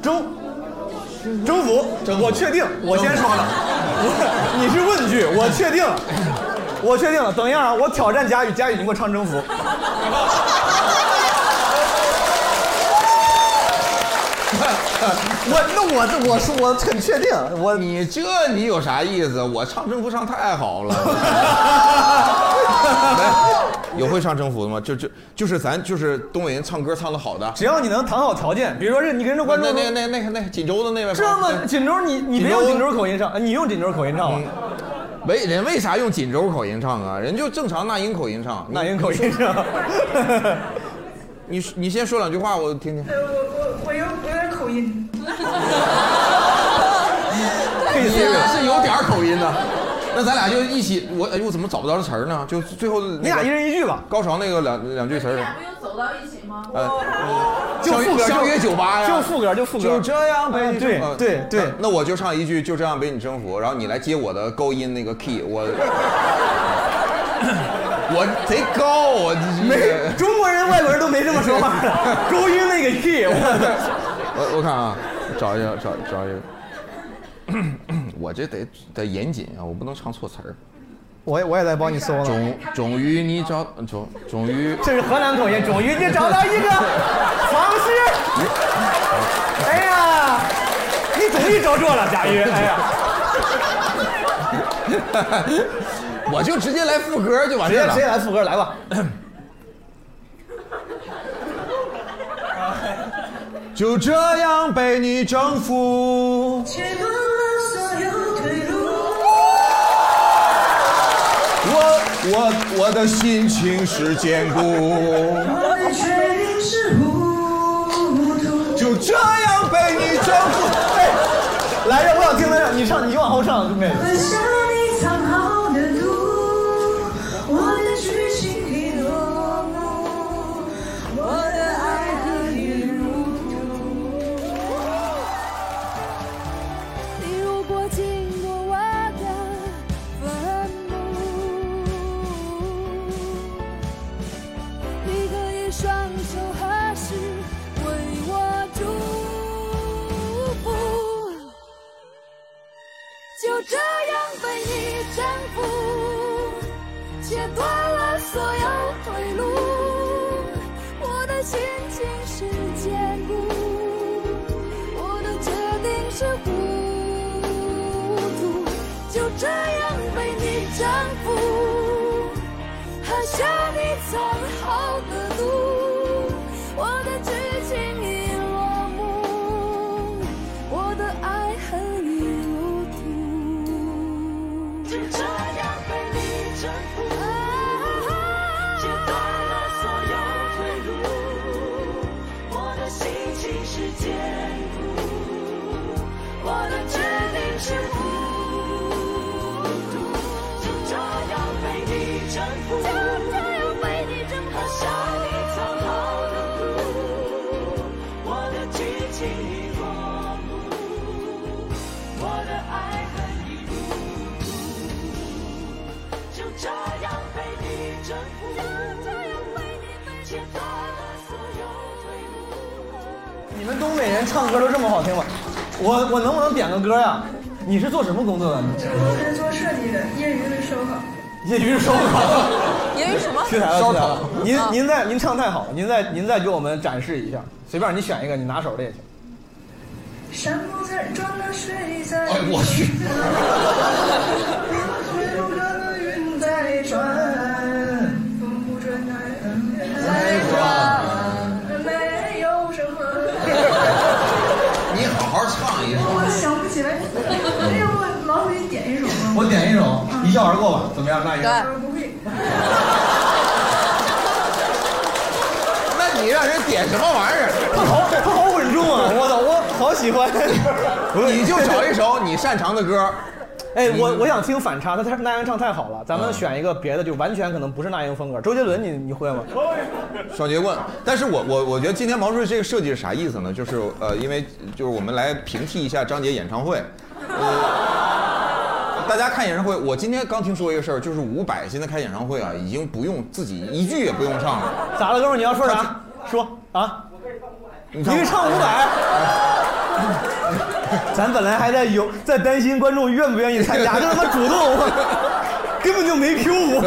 [SPEAKER 1] 征，征服，我确定，我先说的，不是，你是问句，我确定了，我确定了，等一下啊，我挑战佳宇，佳宇你给我唱征服。我那我这我说我很确定，我
[SPEAKER 3] 你这你有啥意思？我唱征服唱太好 了。来，有会唱征服的吗？就就就是咱就是东北人唱歌唱的好的，
[SPEAKER 1] 只要你能谈好条件，比如说是你跟着观众
[SPEAKER 3] 那那那那那那锦州的那位朋
[SPEAKER 1] 这
[SPEAKER 3] 友，
[SPEAKER 1] 么锦州你你别用锦州口音唱，你用锦州口音唱吧。
[SPEAKER 3] 嗯为人为啥用锦州口音唱啊？人就正常那英口音唱，
[SPEAKER 1] 那英口音唱。
[SPEAKER 3] 你你先说两句话，我听听。
[SPEAKER 19] 呃，我我我有我有点口音，
[SPEAKER 3] 你是有点儿口音的。那咱俩就一起，我哎呦，我怎么找不着这词儿呢？就最后、
[SPEAKER 1] 你俩一人一句吧。
[SPEAKER 3] 高潮那个两两句词儿，
[SPEAKER 20] 不就走到一起吗？
[SPEAKER 3] 呃，
[SPEAKER 1] 就副歌
[SPEAKER 3] 相
[SPEAKER 1] 就
[SPEAKER 3] 约酒吧呀，
[SPEAKER 1] 就副歌就副歌
[SPEAKER 3] 就这样被
[SPEAKER 1] 哎
[SPEAKER 3] 你
[SPEAKER 1] 对
[SPEAKER 3] 征服
[SPEAKER 1] 对
[SPEAKER 3] 呃
[SPEAKER 1] 对
[SPEAKER 3] 那那我就唱一句，就这样被你征服，然后你来接我的高音那个 key，我我贼高，啊我
[SPEAKER 1] 没中国人、外国人都没这么说话的， 勾晕那个 key，我
[SPEAKER 3] 我我看啊，找一个找找一个，我这得得严谨啊，我不能唱错词儿。
[SPEAKER 1] 我也我也在帮你搜呢。
[SPEAKER 3] 终终于你找终终于，
[SPEAKER 1] 这是河南口音，终于你找到一个方式。哎呀，你终于找着了，佳宇。哎呀，
[SPEAKER 3] 我就直接来副歌就完
[SPEAKER 1] 直
[SPEAKER 3] 事
[SPEAKER 1] 接
[SPEAKER 3] 儿
[SPEAKER 1] 直接
[SPEAKER 3] 了。
[SPEAKER 1] 来副歌来吧。
[SPEAKER 3] 就这样被你征服，
[SPEAKER 19] 切断了所有退路。
[SPEAKER 3] 我我我的心情是坚固，
[SPEAKER 19] 我的确定是糊涂。
[SPEAKER 3] 就这样被你征服。
[SPEAKER 1] 哎来，让我想听的让你唱，你就往后唱，兄弟。
[SPEAKER 19] 分享你藏好的毒，我的剧情已落幕，我的爱恨已入土。
[SPEAKER 2] 你如果经过我的坟墓，你可以双手合十为我祝福，就这样被你征服，切断了所有退路，我的心情是坚固。我的决定是糊涂，就这样被你征服，喝下你藏好的毒，我的剧情已落幕，我的爱恨已入土，就这样被你征服，切断了所有退路。我的心情是坚固，我的决定是糊涂，就这样被你征服，就这样被你征服，下你藏好的毒，我的剧情已落幕，我的爱恨已入土，就这样被你征服，就这样被你切断了所有退路。
[SPEAKER 1] 你们东北人唱歌都这么好听吗？我我能不能点个歌呀？你是做什么工作的？
[SPEAKER 13] 我是做设计的，业余的烧烤。
[SPEAKER 1] 业余烧烤。
[SPEAKER 9] 因为什么？
[SPEAKER 1] 去台了，去台了。您
[SPEAKER 9] 啊
[SPEAKER 1] 您在您唱太好了，您再您再给我们展示一下，随便你选一个，你拿手的也行。
[SPEAKER 13] 山不在，装的水在。
[SPEAKER 1] 哎我去
[SPEAKER 13] 水中的云在转，风不转来来转，
[SPEAKER 16] 哎
[SPEAKER 13] 没有 什么。
[SPEAKER 3] 你好好唱一
[SPEAKER 13] 我想不起来，哎呀，我老给你点
[SPEAKER 1] 我点一首《一笑而过》吧，怎么样？大
[SPEAKER 9] 对
[SPEAKER 1] 爷，
[SPEAKER 3] 那你让人点什么玩意儿？他好他好稳 重啊！我操，我好喜欢。你就找一首你擅长的歌。
[SPEAKER 1] 哎，我我想听反差，他他那英唱太好了，咱们选一个别的，就完全可能不是那英风格。周杰伦你，你会吗？
[SPEAKER 3] 双截棍。但是我我我觉得今天毛书记这个设计是啥意思呢？就是呃，因为就是我们来平替一下张杰演唱会。呃，大家看演唱会，我今天刚听说一个事儿，就是伍佰现在开演唱会啊，已经不用自己一句也不用唱了。
[SPEAKER 1] 咋了，哥们儿？你要说啥？说啊！
[SPEAKER 3] 你
[SPEAKER 1] 可以唱伍佰。 咱本来还在有在担心观众愿不愿意参加，就他妈主动，我根本就没 Q 我。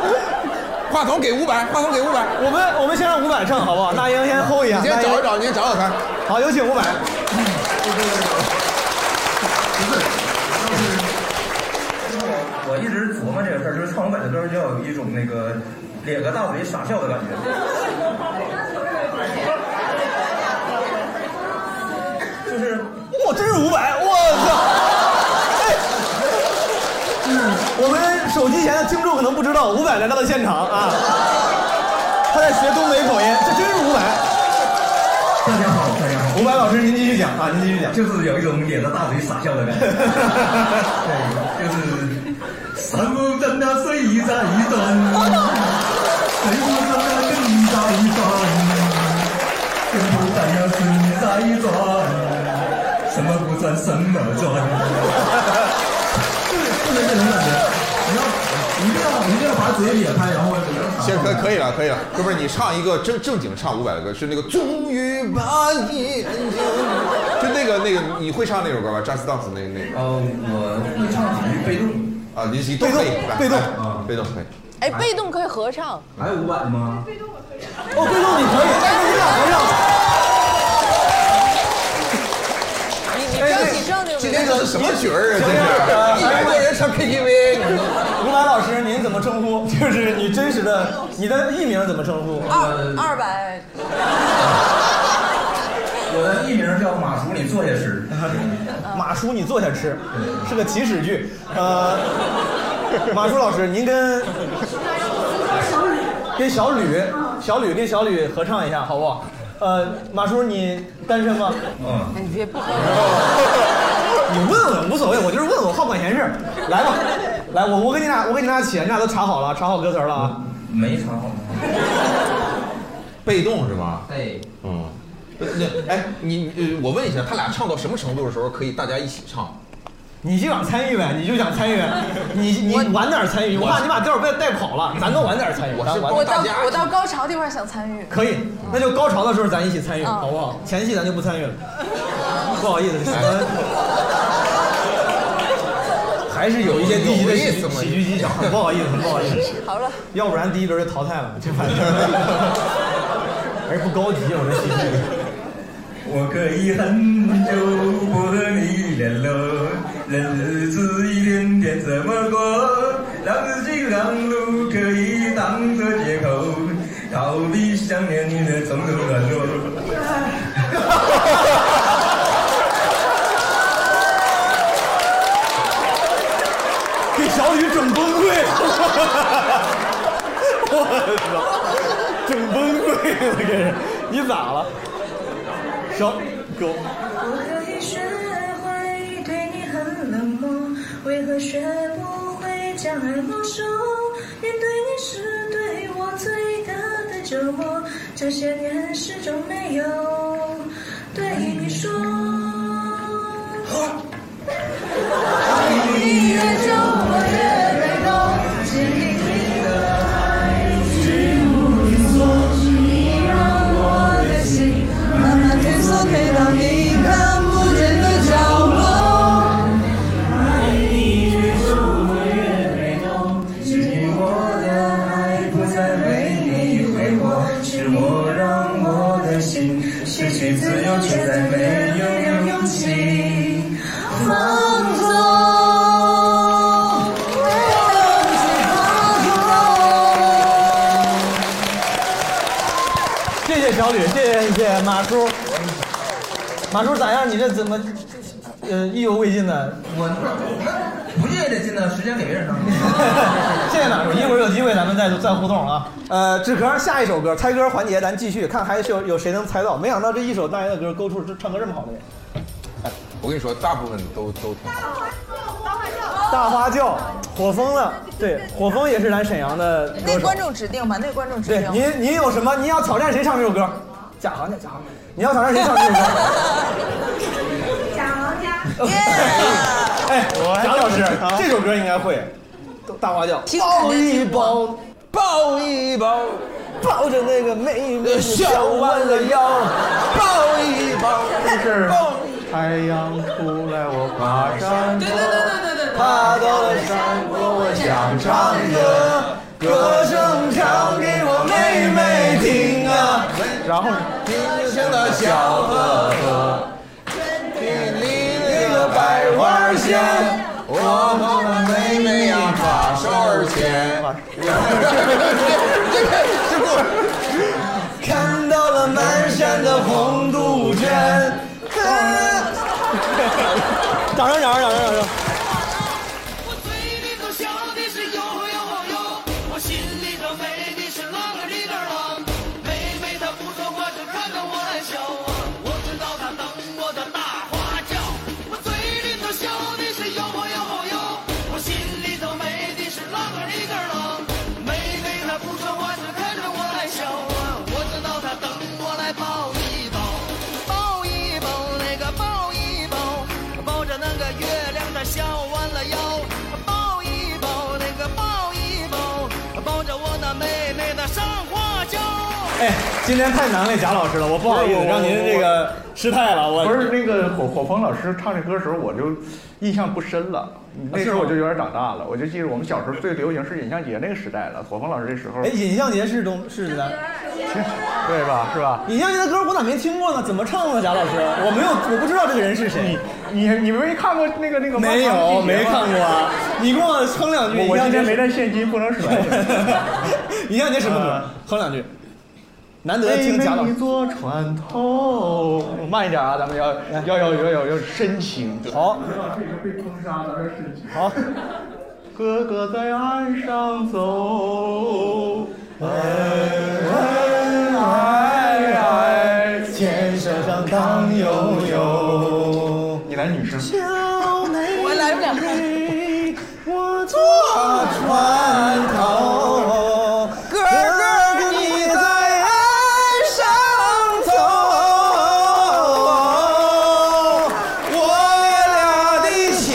[SPEAKER 3] 话筒给伍佰，话筒给伍佰。
[SPEAKER 1] 我们我们先让伍佰唱好不好？那英先 hold 一下。
[SPEAKER 3] 你先
[SPEAKER 1] 那英
[SPEAKER 3] 找一找，你先找找他。
[SPEAKER 1] 好，有请伍佰。
[SPEAKER 17] 我一直琢磨这个事儿，就是唱伍佰的歌要有一种那个咧个大嘴傻笑的感觉。
[SPEAKER 1] 就是，哇，真是伍佰，我操！哎嗯，我们手机前的听众可能不知道，伍佰来到了现场啊，他在学东北口音，这真是伍佰。大家好，大家好，伍佰老师，您继续讲啊，您继续讲。
[SPEAKER 17] 就是有一种咧着大嘴傻笑的感觉。 对，就是山不真的水一扎一段，水不真的跟一扎一段，跟不沾的是一扎一段，什么不沾什么转。就是就是这种感觉，你要一定要一定要把嘴咧开，然后
[SPEAKER 3] 先可可以了，可以了。哥们儿，你唱一个正正经唱伍佰的歌，是那个终于把你眼睛，就那个那个，你会唱那首歌吧？Just Dance 那那个。
[SPEAKER 1] 呃
[SPEAKER 3] 哦，我会唱几句被动。啊，你你都可以，
[SPEAKER 1] 被动
[SPEAKER 3] 啊，被动可以。
[SPEAKER 9] 哎，被动可以合唱，
[SPEAKER 3] 还有伍佰吗？
[SPEAKER 1] 哦，被动你可以，但是你俩合唱。
[SPEAKER 9] 你你正你正就
[SPEAKER 3] 今天这是什么局儿啊？这
[SPEAKER 1] 呃
[SPEAKER 3] 是一百多人唱 KTV。
[SPEAKER 1] 伍佰老师，您怎么称呼？就是你真实的，你的艺名怎么称呼？
[SPEAKER 9] 二二百，
[SPEAKER 17] 我的艺名叫马叔，你坐下吃。
[SPEAKER 1] 马叔，你坐下吃，是个起始句。呃，马叔老师，您跟跟小吕，小吕跟小吕合唱一下，好不好？呃，马叔，你单身吗？嗯。
[SPEAKER 9] 哎，你别不合
[SPEAKER 1] 你问问无所谓，我就是问我好管闲事儿。来吧，来，我我给你俩，我给你俩写，你俩都查好了，查好歌词了啊？
[SPEAKER 17] 没查好。
[SPEAKER 3] 被动是吧？
[SPEAKER 1] 哎
[SPEAKER 17] 对。
[SPEAKER 3] 嗯。那哎，你呃我问一下，他俩唱到什么程度的时候可以大家一起唱？
[SPEAKER 1] 你就想参与呗，你就想参与，你你晚点参与，我怕你把调儿被带跑了，咱都晚点参与。咱晚
[SPEAKER 9] 我
[SPEAKER 1] 点
[SPEAKER 9] 到我到高潮地方想参与，
[SPEAKER 1] 可以，那就高潮的时候咱一起参与，
[SPEAKER 9] 嗯
[SPEAKER 1] 好不好？前戏咱就不参与了， 不好意思， 还是有一些低级的喜剧喜剧技巧，很不好意思，很不好意思。
[SPEAKER 9] 好了，
[SPEAKER 1] 要不然第一轮就淘汰了，这反正还是不高级，我这戏剧。
[SPEAKER 17] 我可以很久不和你联络，任日子一点点怎么过，让自己让路可以当作借口，逃避想念你的种种软弱。
[SPEAKER 1] 给小雨整崩溃， 我操，整崩溃了，这是你咋了？小狗，
[SPEAKER 2] 我可以学会对你很冷漠，为何学不会将爱没收？面对你是对我最大的折磨，这些年始终没有对你说。你越走，我越被动，是你的爱，居无定所，是你让我的心慢慢退缩，退到你看不见的角落。爱你越走，我越被动，是你我的爱不再为你挥霍，是我让我的心失去自由，却再没有勇气放纵。
[SPEAKER 1] 谢谢小吕，谢谢谢谢马叔，马叔咋样？你这怎么呃，意犹未尽的，
[SPEAKER 18] 我不夜得进呢，时间给别人上。
[SPEAKER 1] 谢谢哪叔，一会儿有机会咱们再再互动啊。呃，纸壳下一首歌，猜歌环节咱继续，看还是有有谁能猜到。没想到这一首大爷的歌勾出这唱歌这么好的人。
[SPEAKER 3] 我跟你说，大部分都都挺好。
[SPEAKER 1] 大花轿，火风了，对，火风也是咱沈阳的歌
[SPEAKER 9] 那
[SPEAKER 1] 手。
[SPEAKER 9] 观众指定吧，那观众指
[SPEAKER 1] 对
[SPEAKER 9] 定。
[SPEAKER 1] 您，您有什么？您要挑战谁唱这首歌？贾行家，贾行家，你要挑战谁唱这首歌？
[SPEAKER 13] 贾王家，
[SPEAKER 1] 哎，贾老师
[SPEAKER 13] 啊，
[SPEAKER 1] 这首歌应该会，大花轿，
[SPEAKER 2] 听
[SPEAKER 1] 抱
[SPEAKER 2] 肯定
[SPEAKER 1] 一
[SPEAKER 2] 听
[SPEAKER 1] 抱，抱一抱，抱着那个妹妹笑弯了腰，抱一抱，
[SPEAKER 5] 就是
[SPEAKER 1] 抱
[SPEAKER 5] 太阳出来，我爬山坡，
[SPEAKER 1] 爬到了
[SPEAKER 5] 山坡，我
[SPEAKER 1] 想
[SPEAKER 5] 想
[SPEAKER 1] 唱
[SPEAKER 5] 唱
[SPEAKER 1] 歌
[SPEAKER 5] 歌，
[SPEAKER 1] 歌
[SPEAKER 5] 歌
[SPEAKER 1] 声
[SPEAKER 5] 声
[SPEAKER 1] 唱
[SPEAKER 5] 唱
[SPEAKER 1] 给
[SPEAKER 5] 给
[SPEAKER 1] 我
[SPEAKER 5] 我
[SPEAKER 1] 妹
[SPEAKER 5] 妹
[SPEAKER 1] 妹
[SPEAKER 5] 妹
[SPEAKER 1] 听
[SPEAKER 5] 听
[SPEAKER 1] 啊
[SPEAKER 5] 啊。
[SPEAKER 1] 然 后
[SPEAKER 5] 轻轻的小河河，
[SPEAKER 3] 田里
[SPEAKER 5] 那个百花香，我和我妹妹呀把手儿 牵。
[SPEAKER 1] 看到了满山的红杜鹃。掌声，掌声，掌声，掌声！
[SPEAKER 2] 里头想的是呦呦呦呦，我心里头美的是啷个里个啷。妹妹她不说话，就看到我来笑啊，我知道她等我的大花轿。我嘴里头笑的是呦呦呦呦，我心里头美的是啷个里个啷。妹妹她不说话，就看着我来笑啊，我知道她等我来抱一抱，抱一抱那个抱一抱。抱着那个月亮，它笑弯了腰，抱一抱那个抱一抱，抱着我的妹妹，她上花轿。
[SPEAKER 1] 哎，今天太难为贾老师了，我不好意思让您这个失态了。我
[SPEAKER 5] 不是那个火火风老师唱这歌的时候，我就印象不深
[SPEAKER 1] 啊
[SPEAKER 5] 了。那时候我就有点长大了，我就记得我们小时候最流行是尹相杰那个时代了。火风老师这时候，
[SPEAKER 1] 哎，尹相杰是东是咱，
[SPEAKER 5] 对吧？是吧？
[SPEAKER 1] 尹相杰的歌我咋没听过呢？怎么唱的？贾老师，我没有，我不知道这个人是谁。
[SPEAKER 5] 你你没看过那个那个
[SPEAKER 1] 没
[SPEAKER 5] 漫长
[SPEAKER 1] 有
[SPEAKER 5] 的季节
[SPEAKER 1] 没
[SPEAKER 5] 吗
[SPEAKER 1] 看过啊？你跟我哼两句。
[SPEAKER 5] 我我今天没带现
[SPEAKER 1] 金，不能甩。尹相杰什么
[SPEAKER 5] 啊
[SPEAKER 1] 歌？哼两句。 难得听贾老
[SPEAKER 5] 妹
[SPEAKER 1] 师
[SPEAKER 5] 妹。哎坐船头，慢一点啊，咱们要
[SPEAKER 1] 哎
[SPEAKER 5] 要要要要要深情。
[SPEAKER 1] 好，
[SPEAKER 5] 被封杀的深情。好，哥哥在岸上走，哎哎哎哎，牵手上荡悠悠。你来女生。
[SPEAKER 2] 我来不了。我坐船
[SPEAKER 1] 船头，
[SPEAKER 2] 哥哥你在岸上走，我俩的情，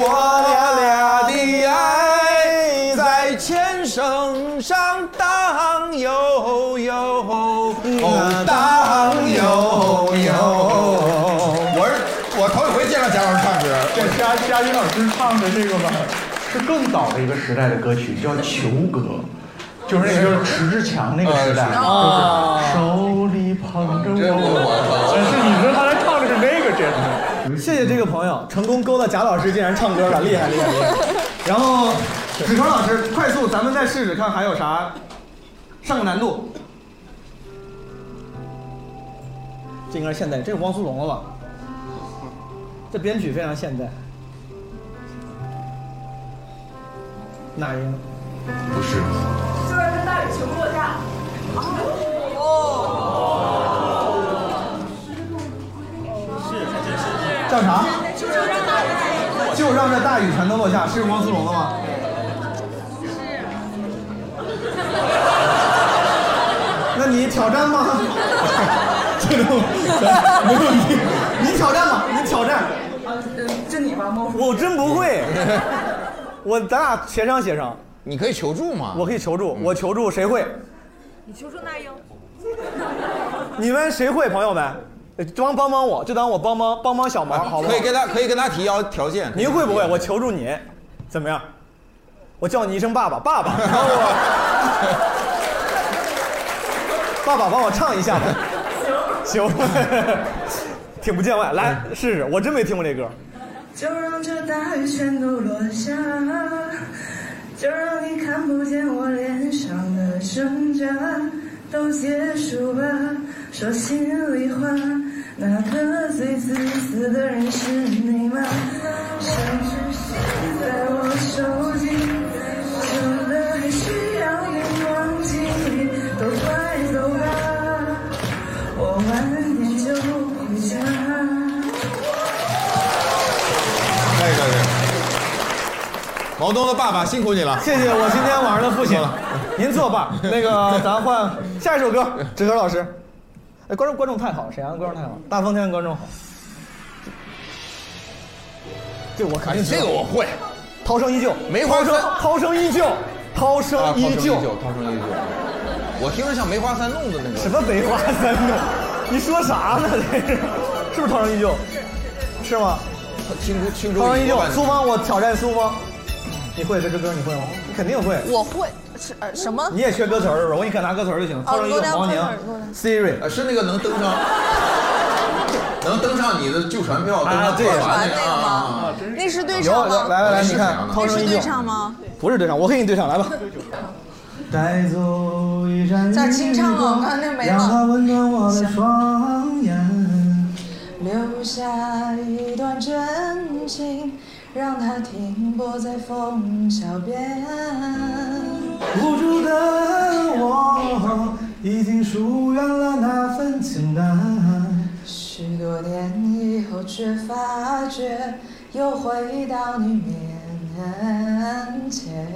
[SPEAKER 2] 我俩俩的爱，在前绳上荡悠悠，哦荡悠悠。
[SPEAKER 4] 我是我头一回见到贾老师唱歌，
[SPEAKER 5] 这嘉嘉宾老师唱的这个吧，是更早的一个时代的歌曲，叫《球歌》，就是那个迟志强那个
[SPEAKER 1] 呃
[SPEAKER 5] 时代，
[SPEAKER 2] 啊
[SPEAKER 1] 哦
[SPEAKER 5] 就是手里捧着
[SPEAKER 2] 我
[SPEAKER 5] 我，真是你说他来唱的是那个真的。
[SPEAKER 1] 谢谢这个朋友，成功勾搭贾老师，竟然唱歌了，厉害厉害厉害！然后，子成老师，快速，咱们再试试看还有啥，上个难度。这应该是现代，这是汪苏泷了吧？这编曲非常现代。哪音？
[SPEAKER 4] 不是，
[SPEAKER 11] 虽然是大雨情落下。
[SPEAKER 1] 叫啥？就让这大雨全都落下，是汪苏泷的吗？那你挑战吗？ 这种没有你，你挑战吧，你挑战。
[SPEAKER 10] 就嗯你吧，猫叔。
[SPEAKER 1] 我真不会，我咱俩协商协商。你可以求助嘛？我可以求助，
[SPEAKER 3] 嗯
[SPEAKER 1] 我求助谁会？
[SPEAKER 11] 你求助那英。
[SPEAKER 1] 你们谁会？朋友们，呃帮帮帮我，就当我帮帮帮帮小忙，好不好？
[SPEAKER 3] 可以跟他可以跟他提要条件。
[SPEAKER 1] 您会不会？我求助你，怎么样？我叫你一声爸爸，爸爸，然后我，爸爸帮我唱一下吧。行， 挺不见外，来试试，我真没听过这歌。
[SPEAKER 2] 就让这大雨全都落下，就让你看不见我脸上的挣扎，都结束吧，说心里话，那个最自自私的人是你吗？像是现在我手机，真的还需要你忘记，都快走吧，我晚点就回家。
[SPEAKER 3] 可以可以。毛东的爸爸辛苦你了，
[SPEAKER 1] 谢谢我今天晚上的父亲，您作伴。那 个，咱换下一首歌，志和老师。哎，观众观众太好了，沈阳的观众太好了，大风天的观众好。这我肯定知道
[SPEAKER 3] 哎这个我会。
[SPEAKER 1] 涛声依旧，
[SPEAKER 3] 梅花
[SPEAKER 1] 涛
[SPEAKER 3] 三啊
[SPEAKER 1] 声涛声依旧，涛声依旧
[SPEAKER 3] 啊涛声依，旧，涛声依旧。我听着像梅花三弄的那个。
[SPEAKER 1] 什么梅花三弄？你说啥呢？这是是不是涛声依旧？是吗？
[SPEAKER 3] 青竹青
[SPEAKER 1] 涛声依旧
[SPEAKER 3] 我感，觉
[SPEAKER 1] 苏芳，我挑战苏芳，你会这支歌你会吗？你肯定会。
[SPEAKER 9] 我会是呃什么？
[SPEAKER 1] 你也缺歌词儿是吧？我给你看拿歌词儿就行了。
[SPEAKER 9] 哦
[SPEAKER 1] 涛声依
[SPEAKER 9] 多
[SPEAKER 1] 旧，
[SPEAKER 9] 亮
[SPEAKER 1] 王宁
[SPEAKER 9] 多亮多亮
[SPEAKER 1] ，Siri，
[SPEAKER 3] 呃，是那个能登上，能登上你的旧船票，登
[SPEAKER 1] 啊
[SPEAKER 3] 上
[SPEAKER 1] 对
[SPEAKER 3] 坐
[SPEAKER 1] 啊
[SPEAKER 3] 船
[SPEAKER 1] 那个
[SPEAKER 3] 那个
[SPEAKER 1] 吗
[SPEAKER 3] 啊，啊
[SPEAKER 9] 那是对
[SPEAKER 1] 有
[SPEAKER 9] 唱吗？
[SPEAKER 1] 有来来来，你看，涛
[SPEAKER 9] 那
[SPEAKER 1] 声
[SPEAKER 9] 是
[SPEAKER 1] 依
[SPEAKER 9] 对
[SPEAKER 1] 旧，
[SPEAKER 9] 唱吗？
[SPEAKER 1] 不是对唱，我给你对唱，来吧。
[SPEAKER 2] 带走一盏
[SPEAKER 9] 咋清唱啊我看那没了
[SPEAKER 2] 让它温暖我的双眼，留下一段真情，让它停泊在枫桥边。
[SPEAKER 1] 无助的我，
[SPEAKER 2] 已经疏远了那份情感。许多年以后，却发觉又回到你面前。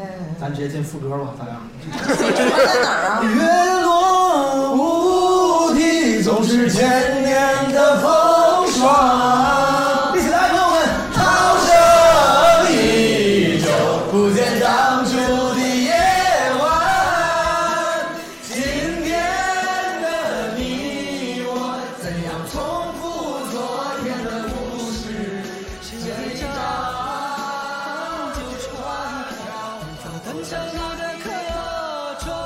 [SPEAKER 1] 咱直接进副歌吧，咱俩。
[SPEAKER 2] 月落乌啼，总是千年的风霜。
[SPEAKER 1] 一起来，朋友们，
[SPEAKER 2] 涛声依旧，不见当初的夜晚。今天的你我，怎样重复昨天的故事？这一张旧船票，等登上我的客船。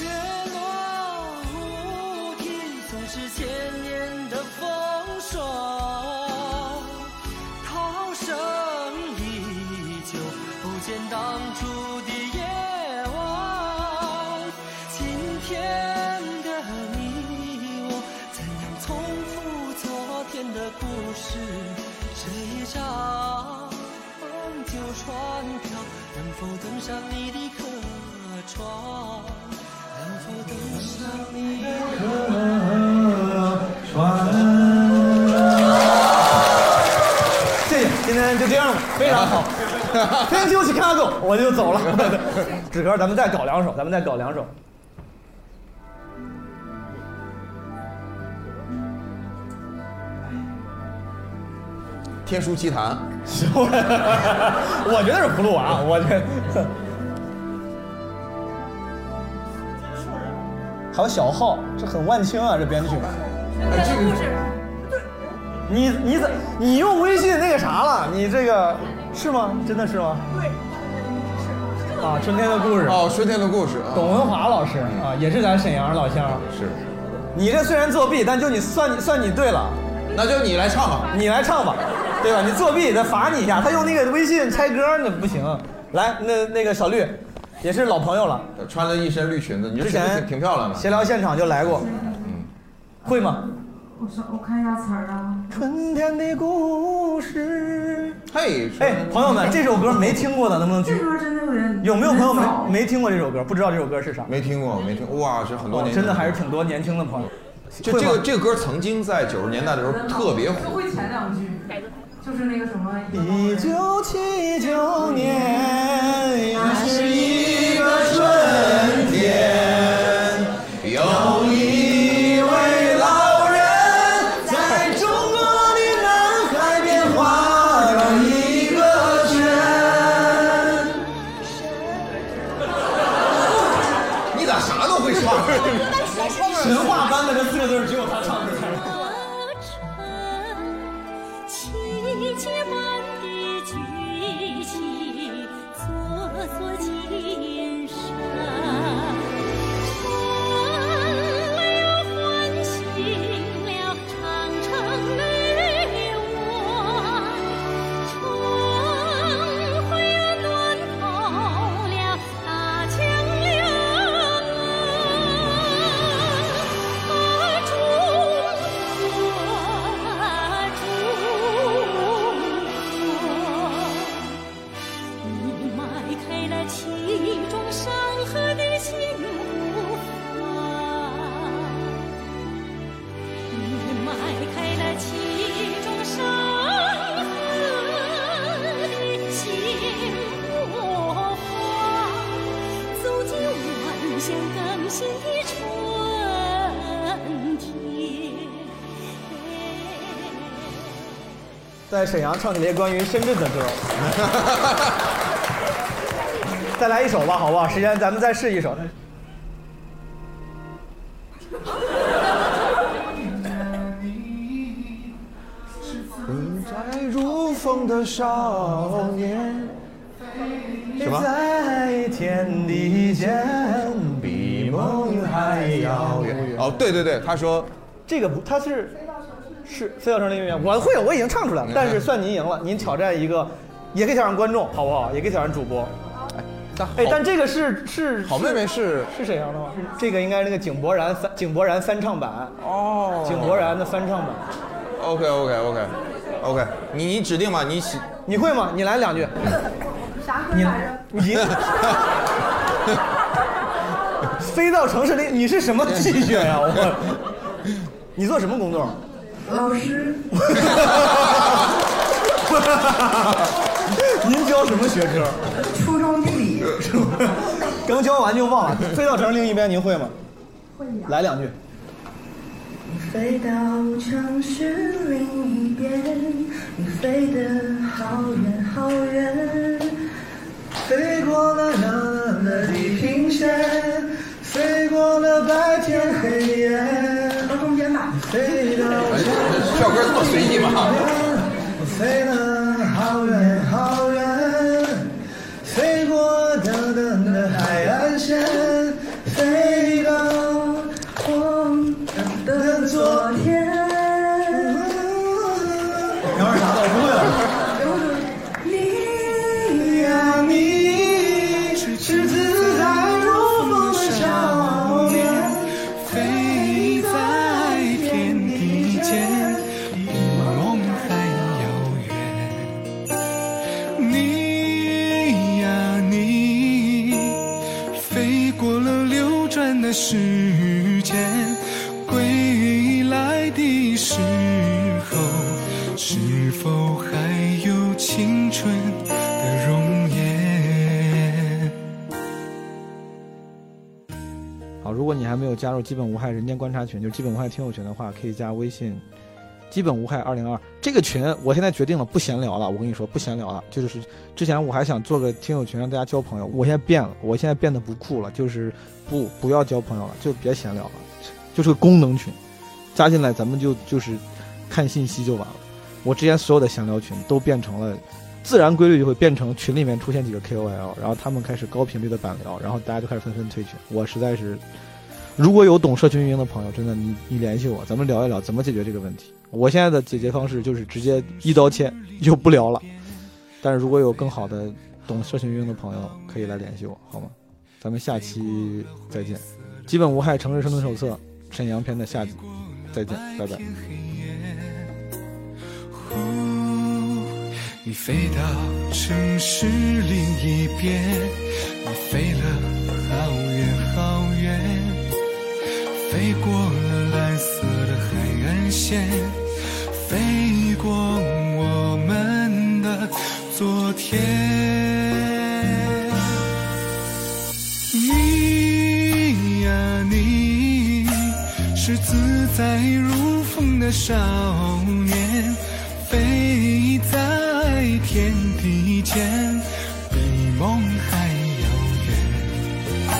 [SPEAKER 2] 月落乌啼，总是千年的风霜。涛声依旧，不见当初的夜晚。今天的你我，怎样重复昨天的故事？这一张旧船票，能否登上你的客船？能否登上你的客
[SPEAKER 1] 谢谢，今天就这样吧，非常 好。Thank you Chicago，我就走了。 志哥，咱们再搞两首，咱们再搞两首。
[SPEAKER 3] 天书 奇谭，
[SPEAKER 1] 我觉得是葫芦娃，我这。 还有小号，这很万青啊，这编曲。哎，这个你你怎你用微信那个啥了？你这个是吗？真的是吗？对。啊，春天的故事。
[SPEAKER 3] 哦，春天的故事。啊
[SPEAKER 1] 董文华老师啊，也是咱沈阳老乡。
[SPEAKER 3] 是。
[SPEAKER 1] 你这虽然作弊，但就你算你算你对了。
[SPEAKER 3] 那就你来唱吧。
[SPEAKER 1] 你来唱吧，对吧？你作弊得罚你一下。他用那个微信拆歌，那不行。来，那那个小绿，也是老朋友了。
[SPEAKER 3] 穿了一身绿裙子，你这
[SPEAKER 1] 之
[SPEAKER 3] 裙子
[SPEAKER 1] 前
[SPEAKER 3] 挺挺漂亮的。
[SPEAKER 1] 闲聊现场就来过。会吗？
[SPEAKER 11] 我说我看一下词儿啊。
[SPEAKER 1] 春天的故事。
[SPEAKER 3] 嘿，
[SPEAKER 1] 哎，朋友们，这首歌没听过的能不能举
[SPEAKER 11] 这？歌真的有点
[SPEAKER 1] 有没有朋友
[SPEAKER 11] 们？
[SPEAKER 1] 没没听过这首歌，不知道这首歌是啥？
[SPEAKER 3] 没听过，没听过哇，这很多
[SPEAKER 1] 哦
[SPEAKER 3] 年
[SPEAKER 1] 真的
[SPEAKER 3] 前
[SPEAKER 1] 还是挺多年轻的朋友。
[SPEAKER 3] 就
[SPEAKER 1] 会
[SPEAKER 3] 这
[SPEAKER 1] 吗
[SPEAKER 3] 个这个歌曾经在九十年代的时候特别火。
[SPEAKER 11] 就会前两句，就是那个什么。
[SPEAKER 1] 一九七九年，
[SPEAKER 2] 那是一个春天，有一位老人在中国的南海边画了一个圈。
[SPEAKER 3] 你咋啥都会唱？
[SPEAKER 1] 神话般的这四个字儿只有他唱出来。
[SPEAKER 21] 奇迹般的剧情，做作情
[SPEAKER 2] 在沈阳唱这些关于深圳的歌。 再来一首吧，好不好？时间咱们再试一首。
[SPEAKER 22] 哎
[SPEAKER 4] 你在如风的少年，
[SPEAKER 2] 什么
[SPEAKER 4] 在天地间，
[SPEAKER 3] 比
[SPEAKER 4] 梦还遥远。
[SPEAKER 3] 哦，对对对，他说
[SPEAKER 2] 这个不，他是是飞到城的音乐，我会，我已经唱出
[SPEAKER 3] 嗯
[SPEAKER 2] 来了，但是算您赢了，您挑战一个，也可以挑战观众，好不好？也可以挑战主播。哎，但这个是是
[SPEAKER 3] 好妹妹是
[SPEAKER 2] 是沈阳的吗？这个应该是那个井柏然翻井柏然翻唱版
[SPEAKER 3] 哦
[SPEAKER 2] 井柏然的翻唱版。
[SPEAKER 3] OK OK OK OK，你你指定吧，你喜
[SPEAKER 2] 你会吗？你来两句。
[SPEAKER 23] 啥歌来着？
[SPEAKER 2] 你 飞到城市里，你是什么记性呀？我，你做什么工作？
[SPEAKER 4] 老师，
[SPEAKER 2] 您教什么学科？
[SPEAKER 4] 初中地理。
[SPEAKER 2] 刚教完就忘了。飞到城市另一边，您会吗？
[SPEAKER 4] 会
[SPEAKER 2] 来两句。
[SPEAKER 4] 飞到城市另一边，你飞得好远好远，飞过了蓝蓝的平线，飞过了白天黑夜。到中间吧。飞到
[SPEAKER 22] 跳哎歌这么随意吗？
[SPEAKER 4] 飞得好远好远，飞过等等的海岸线，飞到我们的昨天。
[SPEAKER 2] 你要是啥都不会了。
[SPEAKER 4] 你呀你，是自在如风的少年，飞在天地间，比梦还遥远。你呀你，飞过了流转的时间，归来的时候，是否还有青春的容颜？
[SPEAKER 1] 好，如果你还没有加入基本无害人间观察群，就是基本无害听友群的话，可以加微信“基本无害二零二”这个群。我现在决定了，不闲聊了。我跟你说，不闲聊了。就是之前我还想做个听友群，让大家交朋友。我现在变了，我现在变得不酷了，就是不不要交朋友了，就别闲聊了，就是个功能群，加进来咱们就就是看信息就完了。我之前所有的闲聊群都变成了。自然规律就会变成群里面出现几个 KOL，然后他们开始高频率的板聊，然后大家就开始纷纷退群。我实在是，如果有懂社群运营的朋友，真的你你联系我，咱们聊一聊怎么解决这个问题。我现在的解决方式就是直接一刀切，就不聊了。但是如果有更好的懂社群运营的朋友，可以来联系我，好吗？咱们下期再见，《基本无害城市生存手册》沈阳篇的下集，再见，拜拜。
[SPEAKER 4] 你飞到城市另一边，你飞了好远好远，飞过了蓝色的海岸线，飞过我们的昨天。你呀你，是自在如风的少年。飞在天地间，比梦还遥远。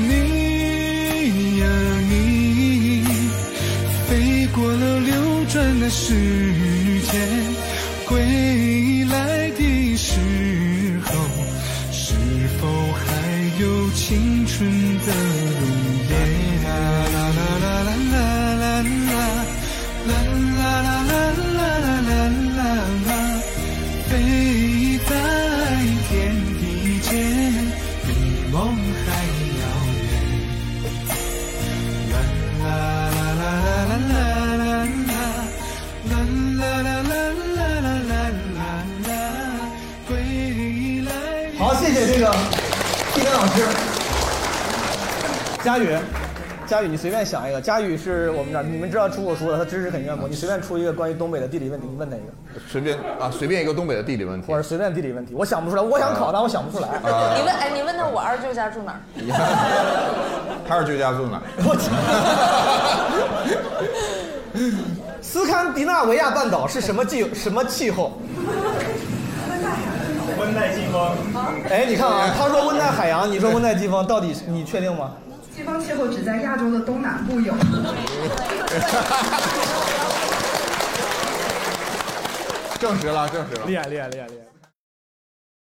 [SPEAKER 4] 你呀你，飞过了流转的时间，归来的时候，是否还有青春的容颜？啦啦啦啦啦啦啦。啦啦啦啦啦啦啦啦啦，飞在天地间，比梦还遥远。啦啦啦啦啦啦啦啦啦啦啦啦啦啦啦啦，归来。
[SPEAKER 2] 好，谢谢这个蒂根老师。佳宇，佳宇，你随便想一个。佳宇是我们这儿，你们知道出过书的，他知识很渊博。你随便出一个关于东北的地理问题，你问哪一个？
[SPEAKER 3] 随便啊，随便一个东北的地 理问题，
[SPEAKER 2] 或者随便地理问题，我想不出来。我想考，但我想不出来。
[SPEAKER 3] 啊
[SPEAKER 9] 你问哎，你问他我二舅家住哪儿？
[SPEAKER 3] 他二舅家住哪？
[SPEAKER 1] 斯堪的纳维亚半岛是什么气什么气候？
[SPEAKER 24] 温带季风。
[SPEAKER 1] 哎，你看啊，他说温带海洋，你说温带季风，到底你确定吗？
[SPEAKER 2] 西方气候只在亚洲的东南部有。
[SPEAKER 7] 证实了，证实了，
[SPEAKER 1] 厉害厉害厉害厉害！